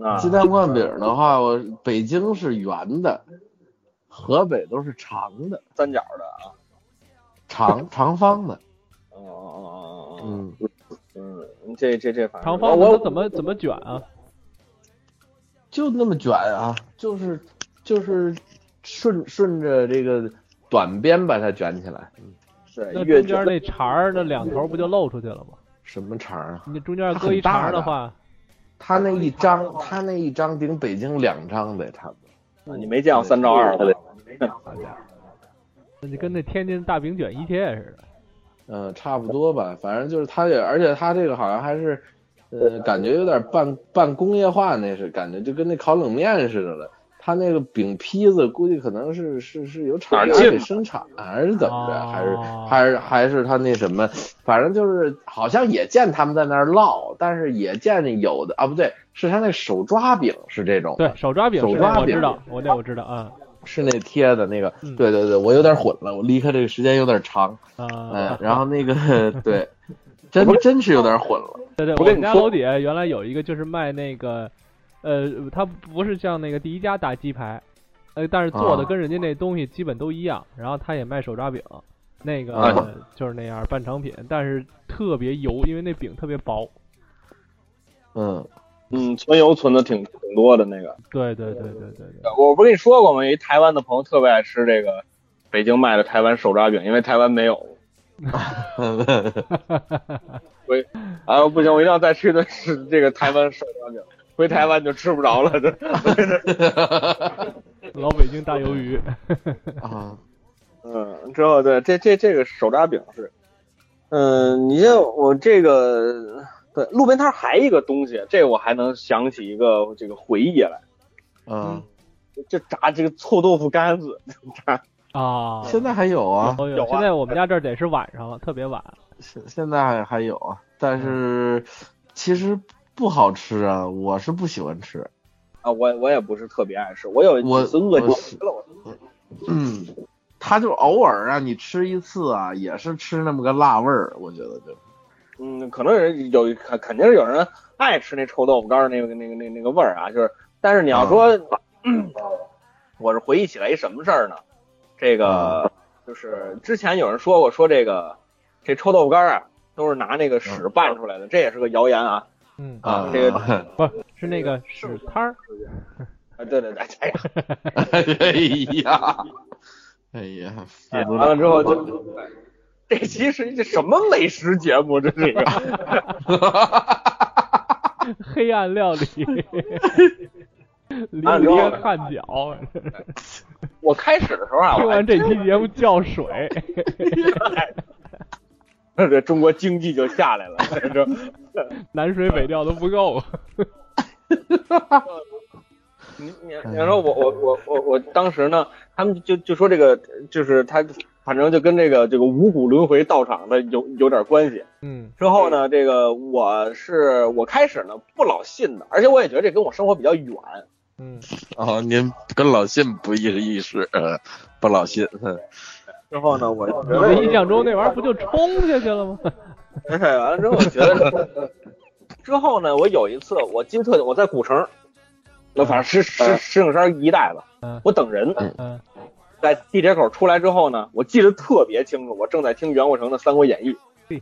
B: 啊，
D: 鸡蛋灌饼儿的话，我北京是圆的，河北都是长的，
B: 三角的啊。
D: 长长方的。
B: 哦哦哦哦哦，
D: 嗯，
B: 嗯嗯，这这这反正
C: 长方的
B: 我
C: 它怎么怎么卷啊？
D: 就那么卷啊，就是就是顺顺着这个短边把它卷起来。
B: 是
C: 那
B: 越
C: 中间那肠儿那两头不就露出去了吗？
D: 什么肠儿啊？
C: 你中间要搁一肠儿的话，
D: 他那一张，他那一张顶北京两张得差不多。
B: 你没见过三照二吧？
C: 那就跟那天津大饼卷一切似的。
D: 嗯，差不多吧，反正就是它也，而且它这个好像还是，呃，感觉有点半半工业化，那是感觉就跟那烤冷面似的了。它那个饼坯子估计可能是是是有厂
B: 哪
D: 家
B: 儿进
D: 给生产，还是怎么着，还是
C: 哦
D: 还是还是他那什么，反正就是好像也见他们在那儿烙，但是也见着有的啊，不对，是他那手抓饼是这种，
C: 对，，手抓饼
D: 啊手
C: 是
D: 抓
C: 我
D: 饼
C: 知道，我那我知道啊
D: 是那贴的那个
C: 嗯，
D: 对对对，我有点混了，我离开这个时间有点长，嗯
C: 啊，。
D: 然后那个对，真真是有点混了。
C: 对对，
B: 我
C: 我
B: 跟
C: 们
B: 你
C: 家
B: 说
C: 楼底下原来有一个就是卖那个，呃，它不是像那个第一家大鸡排，呃，但是做的
D: 啊
C: 跟人家那东西基本都一样。然后他也卖手抓饼，那个、
D: 啊
C: 呃就是那样半成品，但是特别油，因为那饼特别薄。
D: 嗯，
B: 嗯，存油存的挺挺多的那个。
C: 对对对对对对，
B: 我不跟你说过吗？一台湾的朋友特别爱吃这个北京卖的台湾手抓饼，因为台湾没有。
D: 嗯
B: 啊，不行，我一定要再吃一顿是这个台湾手抓饼，回台湾就吃不着了。这，
C: 老北京大鱿鱼，
D: 啊，
B: 嗯，之后对这这这个手抓饼是，嗯，你像我这个对路边摊还一个东西，这我还能想起一个这个回忆来，
D: 嗯，
B: 就炸这个臭豆腐干子，
C: 啊，
D: 现在还有啊，
C: 有
B: 有
C: 有，
B: 啊
C: 现在我们家这儿得是晚上了，特别晚。
D: 现现在还还有啊，但是其实不好吃啊，我是不喜欢吃。
B: 啊，我我也不是特别爱吃，我有
D: 我
B: 几次饿
D: 我
B: 极了，我
D: 嗯，他就偶尔让你吃一次啊，也是吃那么个辣味儿，我觉得就
B: 嗯，可能有人有肯肯定是有人爱吃那臭豆腐干儿那个那个那那个味儿啊，就是，但是你要说，嗯我是回忆起来一什么事儿呢？这
C: 嗯
B: 个就是之前有人说过，说这个这臭豆腐干儿啊，都是拿那个屎拌出来的，这也是个谣言啊。
C: 嗯，
D: 啊，
B: 这
C: 不是是那
B: 呃
C: 个屎摊儿，
B: 啊，对对对，哎呀，
D: 哎呀，哎呀，完
B: 完了之后就，这期是这什么美食节目？这 是一个。
C: 黑暗料 理，离
B: 完了之
C: 离
B: 后
C: 汗
B: 啊
C: 脚。
B: 我开始的时候啊，
C: 听
B: 我还
C: 完这期节目叫水，
B: 这中国经济就下来了， 这
C: 南水北调都不够。
B: 你你你要说我我我我我当时呢，他们就就说这个就是他，反正就跟这个这个五谷轮回道场的有有点关系。
C: 嗯
B: 之后呢，这个我是我开始呢不老信的，而且我也觉得这跟我生活比较远。
C: 嗯，
D: 哦，您跟老信不一个意识，呃，不老信，嗯
B: 之后呢，我就觉
C: 我
B: 得
C: 的印象中那玩意儿不就冲下去 了吗？
B: 哎完了之后，我觉得 之后呢，我有一次我记不特我在古城，那反正
D: 嗯
B: 石石石景山一带吧
C: 嗯，
B: 我等人
C: 嗯
B: 在地铁口出来之后呢，我记得特别清楚，我正在听袁国成的《三国演义》
C: 嘿。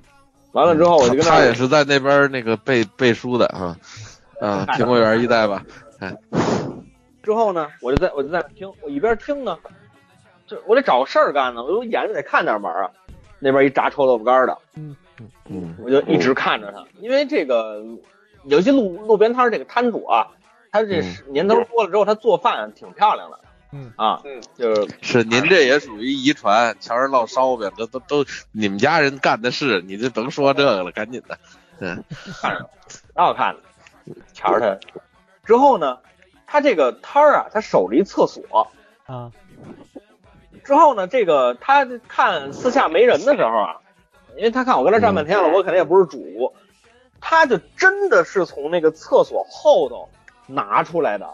B: 完了之后，我就跟
D: 他也是在那边那个背背书的啊，啊，苹果园一带吧，
B: 之后呢，我就在我就在那听，我一边听呢，就我得找个事儿干呢，我眼睛得看点门儿啊。那边一炸臭豆腐干儿的，
D: 嗯，
B: 我就一直看着他，因为这个有些路路边摊儿这个摊主啊，他这是年头多了之后，他做饭挺漂亮的。
C: 嗯
B: 啊，就是
D: 是您这也属于遗传，瞧人烙烧饼，这都都你们家人干的事，你就甭说这个了，赶紧的。嗯，
B: 挺好看的，瞧着它。之后呢，他这个摊儿啊，他守着一厕所。
C: 啊，
B: 之后呢，这个他看私下没人的时候啊，因为他看我跟那站半天了，我肯定也不是主，他就真的是从那个厕所后头拿出来的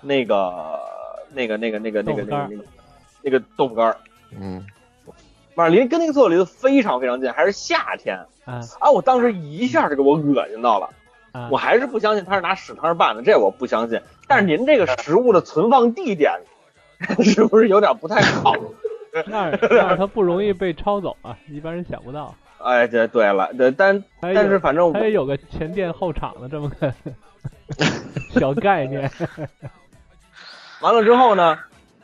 B: 那个那个那个那个那个那个那个那个豆腐干儿，
D: 嗯，
B: 反正离跟那个厕所离得非常非常近，还是夏天
C: 啊
B: 啊！我当时一下就给我恶心到了。
C: 啊
B: 我还是不相信他是拿屎汤拌的，这我不相信。但是您这个食物的存放地点， 是不是有点不太好？
C: 那儿那儿他不容易被抄走啊，一般人想不到。
B: 哎，这对了，对，但
C: 还有
B: 但是反正
C: 他
B: 我
C: 也有个前店后厂的这么个 小概念。
B: 完了之后呢，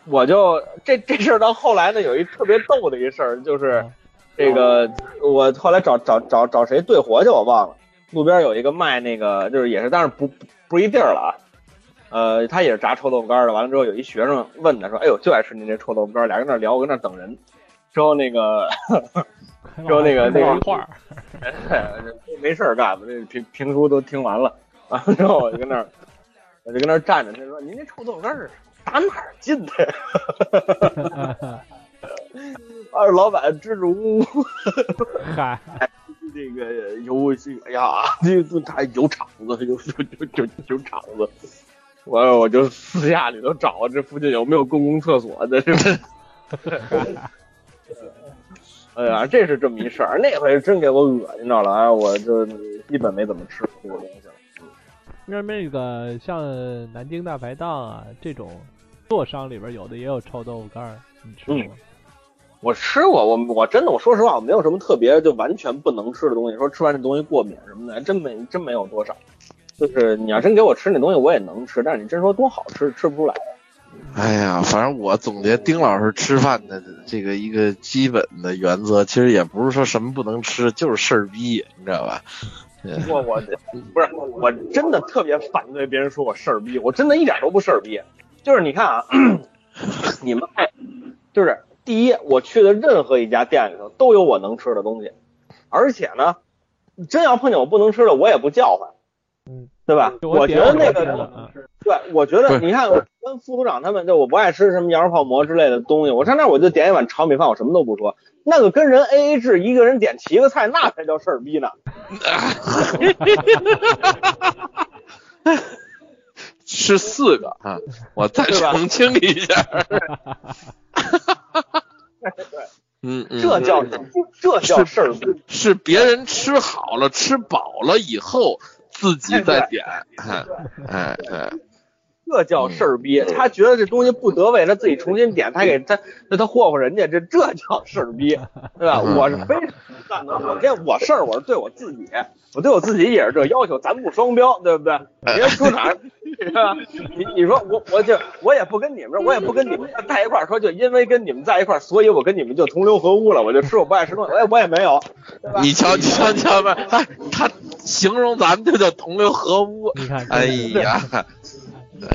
B: 我就这这事儿到后来呢，有一特别逗的一事儿，就是这个我后来找找找找谁对活去，我忘了。路边有一个卖那个，就是也是，但是不不不一地儿了啊。呃，他也是炸臭豆腐干儿的。完了之后，有一学生问他说：“哎呦，就爱吃您这臭豆腐干儿。”俩人在那儿聊，我跟那儿等人。之后那个说那个那个
C: 一块儿，
B: 没事儿干吧，这评评书都听完了，完了之后我就跟那儿，我就跟那儿站着，他说：“您这臭豆干儿打哪儿进的呀？” 二老板支支吾吾，
C: 嗨，
B: 那个油，哎呀，这这他有厂子，有有有有有厂子。完了，我就私下里头找这附近有没有公共厕所的，这是。哎呀，这是这么一事儿，那回真给我恶心着了，哎，我就基本没怎么吃过这个东西了。
C: 那那个像南京大排档啊这种做商里边有的也有臭豆腐干儿，你
B: 嗯
C: 吃过吗？
B: 我吃过，我我真的，我说实话，我没有什么特别就完全不能吃的东西。说吃完这东西过敏什么的，还真没真没有多少。就是你要真给我吃那东西，我也能吃，但是你真说多好吃，吃不出来。
D: 哎呀，反正我总结丁老师吃饭的这个一个基本的原则，其实也不是说什么不能吃，就是事儿逼，你知道吧？
B: 我我不是，我真的特别反对别人说我事儿逼，我真的一点都不事儿逼。就是你看啊， 你们爱，就是第一，我去的任何一家店里头都有我能吃的东西，而且呢，真要碰见我不能吃的，我也不叫唤，
C: 嗯，
B: 对吧？
C: 就
B: 啊我觉
C: 点
B: 得那
C: 我吃
B: 个
C: 了啊
B: 对，我觉
D: 对
B: 得你看，我跟副组长他们，就我不爱吃什么羊肉泡馍之类的东西，我上那儿我就点一碗炒米饭，我什么都不说。那个跟人 A A 制，一个人点七个菜，那才叫事儿逼呢。
D: 吃四个啊！ 我再
B: 对吧
D: 澄清一下。嗯，嗯
B: 这叫这叫事儿逼。
D: 是别人吃好了、吃饱了以后自己再点，哎哎对，
B: 这
D: 嗯
B: 叫事儿逼。他觉得这东西不得味，他自己重新点，他给他那他霍霍人家，这这叫事儿逼，对吧？
D: 嗯
B: 我是非常不赞同，我这我事儿我是对我自己，我对我自己也是这要求，咱不双标，对不对？别说哪儿， 是吧？你你说我我就我也不跟你们，我也不跟你们在一块儿说，就因为跟你们在一块儿，所以我跟你们就同流合污了，我就吃我不爱吃东西，我也我也没有，对吧？
D: 你瞧，你瞧，你瞧吧，哎，他形容咱们这叫同流合污。
C: 你看，
D: 哎呀，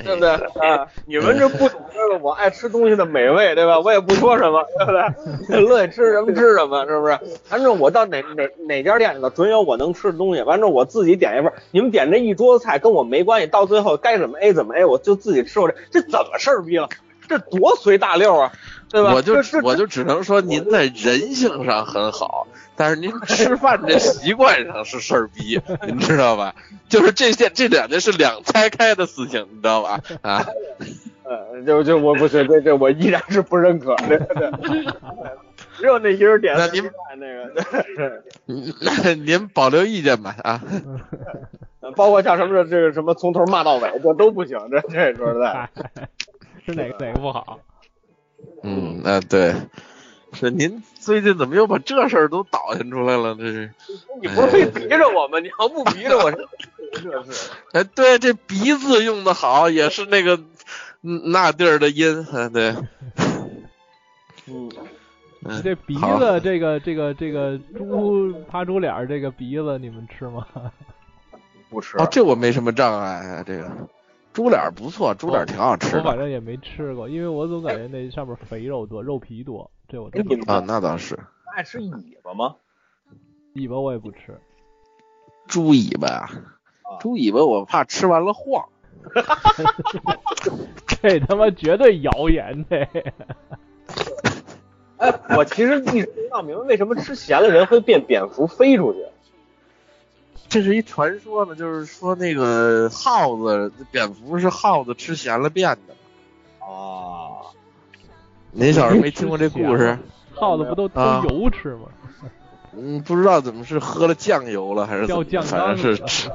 B: 对不对？啊，你们这不懂这个我爱吃东西的美味，对吧？我也不说什么，对不对？ 乐意吃什么吃什么，是不是？反正我到哪哪哪家店里头，准有我能吃的东西。反正我自己点一份，你们点这一桌子菜跟我没关系。到最后该怎么 A 怎么 A，我就自己吃。我这这怎么事儿逼了？这多随大溜啊，对吧？
D: 我就
B: 这这
D: 我就只能说您在人性上很好，但是 您吃饭这习惯上是事儿逼，您知道吧？就是这件这两件是两拆开的事情，你知道吧？啊，
B: 呃，就就我不是这这我依然是不认 可的。对对只有那一人点
D: 那
B: 的
D: 您
B: 那个。 对
D: 嗯那您保留意见吧啊。
B: 呃包括像什么这个什么从头骂到尾，这都不行，这这说实在，
C: 是哪个哪个不好？
D: 嗯，那对，是您最近怎么又把这事儿都倒腾出来了？这是，
B: 你不是非逼着我吗？你要不逼着我，这这是
D: 哎，对，这鼻字用的好，也是那个嗯那地儿的音，嗯，对，
B: 嗯，
D: 嗯，
C: 这鼻
D: 好
C: 子，这个这个这个猪扒猪脸儿，这个鼻子你们吃吗？
B: 不吃
D: 哦，这我没什么障碍啊，这个猪脸儿不错，猪脸儿挺好吃
C: 我
D: 的
C: 反正也没吃过，因为我总感觉那上面肥肉多，肉皮多，这我
B: 哎
C: 真不
B: 你
C: 吃
B: 们
D: 啊，那倒是
B: 爱吃尾巴吗？
C: 尾巴我也不吃。
D: 猪尾巴啊，
B: 啊，
D: 猪尾巴我怕吃完了晃。
C: 这他妈绝对谣言 这。
B: 哎，我其实一直不闹明白，为什么吃咸的人会变蝙蝠飞出去？
D: 这是一传说呢，就是说那个耗子，蝙蝠是耗子吃咸了变的。
B: 啊，
D: 您小时候没听过这故 事？
C: 耗子不都
D: 啊
C: 都油吃吗？
D: 嗯，不知道怎么是喝了酱油了还是怎
C: 掉酱
D: 么着，
C: 缸
D: 反正
C: 里
D: 是
C: 了
D: 吃，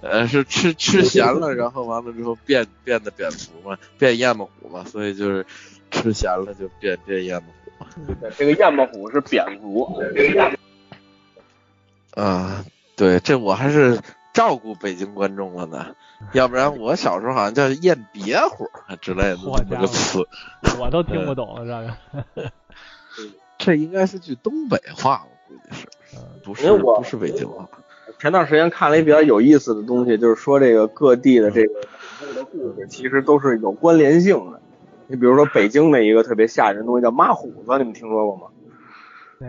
D: 呃，是吃吃咸了，然后完了之后变变的蝙蝠嘛，变燕子虎嘛，所以就是吃咸了就变变燕子虎嘛。
B: 对这个燕巴虎是蝙蝠，
D: 啊，对，这我还是照顾北京观众了呢，要不然我小时候好像叫燕别虎啊之类的
C: 好
D: 这
C: 家
D: 么
C: 伙
D: 个词，
C: 我都听不懂了 这
D: 这应该是句东北话，我估计是，
C: 个。嗯
D: 不
B: 因
D: 是
B: 为我
D: 不是北京话？
B: 前段时间看了一比较有意思的东西，就是说这个各地的这个恐怖的故事，其实都是有关联性的。你比如说北京的一个特别吓人的东西叫妈虎子，你们听说过吗？
C: 那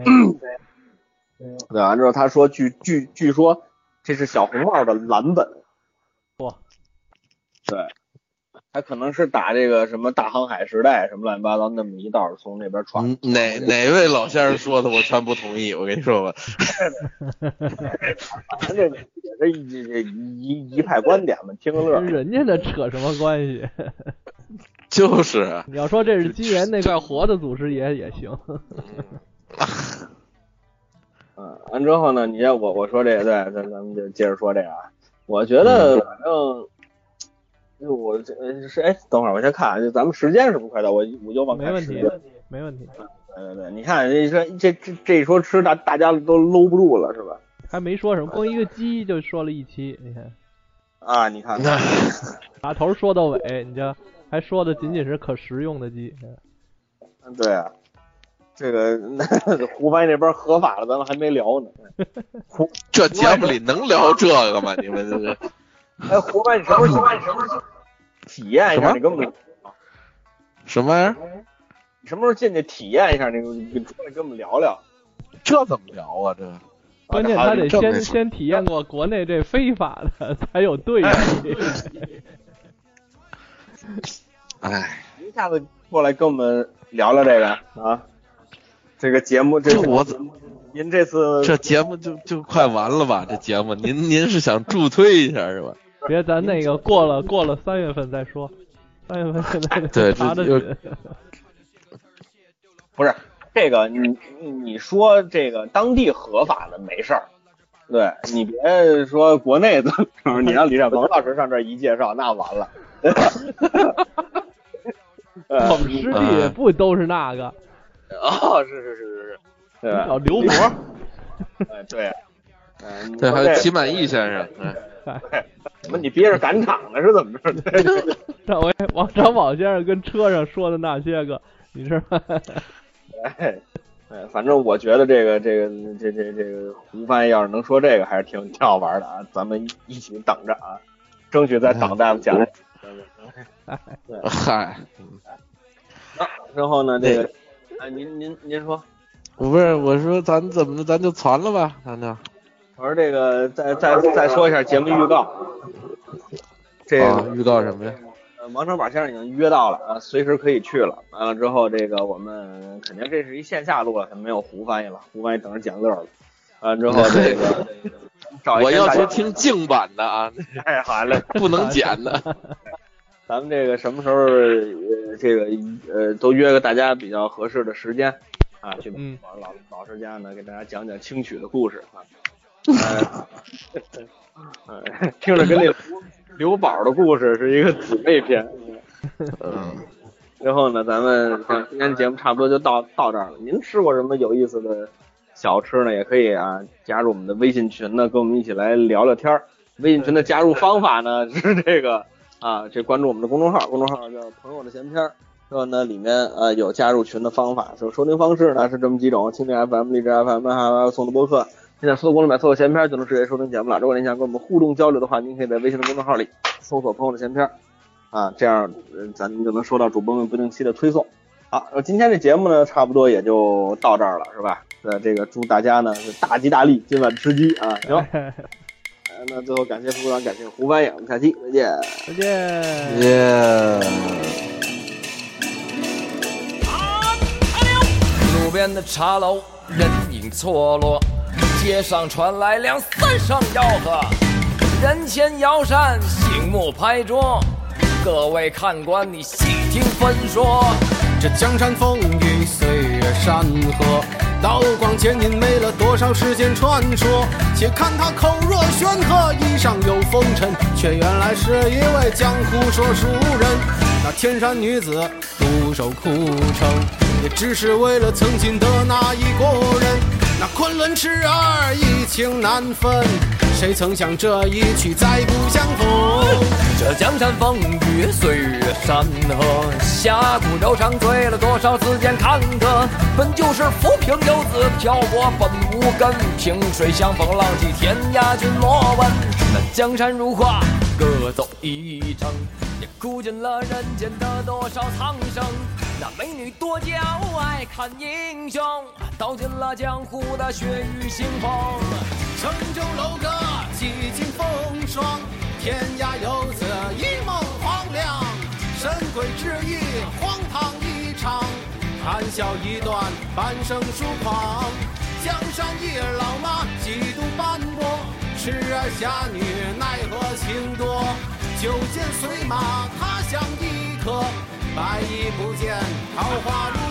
B: 对，完之后他说，据据据说这是小红帽的蓝本。
C: 哇，
B: 对，他可能是打这个什么大航海时代什么乱七八糟那么一道儿从那边传。
D: 嗯，哪哪位老先生说的，我全不同意。我跟你说吧，
B: 咱这个也是一这一一派观点嘛，听个乐
C: 跟
B: 儿。
C: 人家的扯什么关系？
D: 就是，啊
C: 你要说这是金人那块活的祖师爷也 行。
B: 嗯，完之后呢，你要我我说这个，对，咱咱们就接着说这个啊。我觉得反正，就我这呃是哎，等会儿我先看啊，就咱们时间是不是快到？我我又忘
C: 没
B: 看
C: 问
B: 时
C: 题
B: 间。，
C: 没问题，
B: 对对对，你看这一说这这这一说吃，大大家都搂不住了，是吧？
C: 还没说什么，光一个鸡就说了一期，你看
B: 啊，你看，
D: 那
C: 打头说到尾，你这还说的仅仅是可食用的鸡，嗯
B: 对啊，这个胡翻译这边合法了，咱们还没聊呢。
D: 这节目里能聊这个吗？你们这个
B: 哎，胡翻译什么时候什么时候体验一
D: 什
B: 下？
D: 么
B: 你跟我们
D: 什么玩意儿？
B: 你什么时候进去体验一下？那个你出来跟我们聊聊。
D: 这怎么聊啊？这
C: 关键他得
D: 这么
C: 先
D: 一说
C: 先体验过国内这非法的，才有对 比。
D: 哎，
B: 您下次过来跟我们聊聊这个啊，这个节目这
D: 这
B: 个
D: 我怎
B: 您这次
D: 这节目就就快完了吧？这节目您您是想助推一下是吧？
C: 别咱那个过了过了三月份再说，三月份现在
D: 对这
C: 查的
D: 就
C: 紧，
B: 不是这个你你你说这个当地合法的没事儿。对你别说国内的， 你让李占鹏老师上这儿一介绍，那完 了。呃
C: 我们师弟也不都是那个，
B: 哦，是是是是是，对吧
C: 叫刘博，
B: 哎对，嗯，
D: 对，还
B: 你说这
D: 有齐满意先生，哎
B: 怎么你憋着赶场呢？是怎么着？
C: 上回王长宝先生跟车上说的那些个，你知道吗？
B: 哎，哎，反正我觉得这个这个这这这个胡翻译要是能说这个，还是挺挺好玩的啊！咱们一起等着啊，争取
C: 哎
B: 在党大夫讲。
D: 嗨，
B: 然后呢，这个，啊，您您您说，
D: 我不是我说咱怎么着，咱就传了吧，咱就
B: 我说这个再再再说一下节目预告，这个、
D: 啊，预告什么呀？
B: 呃王成宝先生已经约到了啊，随时可以去了。完了之后，这个我们肯定这是一线下录了，肯定没有胡翻译了，胡翻译等着捡乐了。完了之后，这 个找一
D: 我
B: 天
D: 要
B: 大家
D: 求听净版的啊，
B: 太好了。
D: 不能剪 的。
B: 咱们这个什么时候呃这个呃都约个大家比较合适的时间啊，去
C: 嗯
B: 老老老师家呢给大家讲讲清曲的故事啊。呃呃听着跟那刘刘宝的故事是一个姊妹篇。
D: 嗯，
B: 然后呢，咱们像今天节目差不多就到到这儿了。您吃过什么有意思的小吃呢？也可以啊，加入我们的微信群呢，跟我们一起来聊聊天儿。微信群的加入方法呢 是这个啊，这关注我们的公众号，公众号叫“朋友的闲篇儿”。然后呢，里面呃有加入群的方法，就收听方式呢是这么几种：蜻蜓 FM、荔枝 FM 还有送的播客。现在搜索公众买搜索闲篇儿就能直接收听节目了。如果您想跟我们互动交流的话，您可以在微信的公众号里搜索“朋友的闲篇儿”。啊，这样呃咱们就能收到主播们不定期的推送。好，呃今天这节目呢，差不多也就到
C: 哎
B: 这儿了，是吧？呃，这个祝大家呢是大吉大利，今晚吃鸡啊！行，
E: 那最后感谢副长，感谢胡翻译，我们下期再见。
C: 再见。
D: 耶。
A: 路边的茶楼人影错落，街上传来两三声吆喝，人前摇扇，醒目拍桌，各位看官你细听分说。
F: 这江山风雨，岁月山河，刀光剑影没了多少世间传说。且看他口若悬河，衣上有风尘，却原来是一位江湖说书人。那天山女子独守孤城，也只是为了曾经的那一个人。那昆仑痴儿，一情难分，谁曾想这一曲再不相逢。
A: 这江山风雨，岁月山河，侠骨柔肠，醉了多少世间坎坷。本就是浮萍游子，漂泊本无根，萍水相逢，浪迹天涯君莫问。那江山如画，各走一程，也哭尽了人间的多少苍生。那美女多娇，爱看英雄，道尽了江湖的血雨腥风。
F: 城中楼阁几经风霜，天涯游子一梦黄粱。神鬼之意，荒唐一场，谈笑一段，半生疏狂。江山一老妈，几度斑驳，痴儿侠女奈何情多。酒剑随马，他乡一刻，白衣不见桃花落。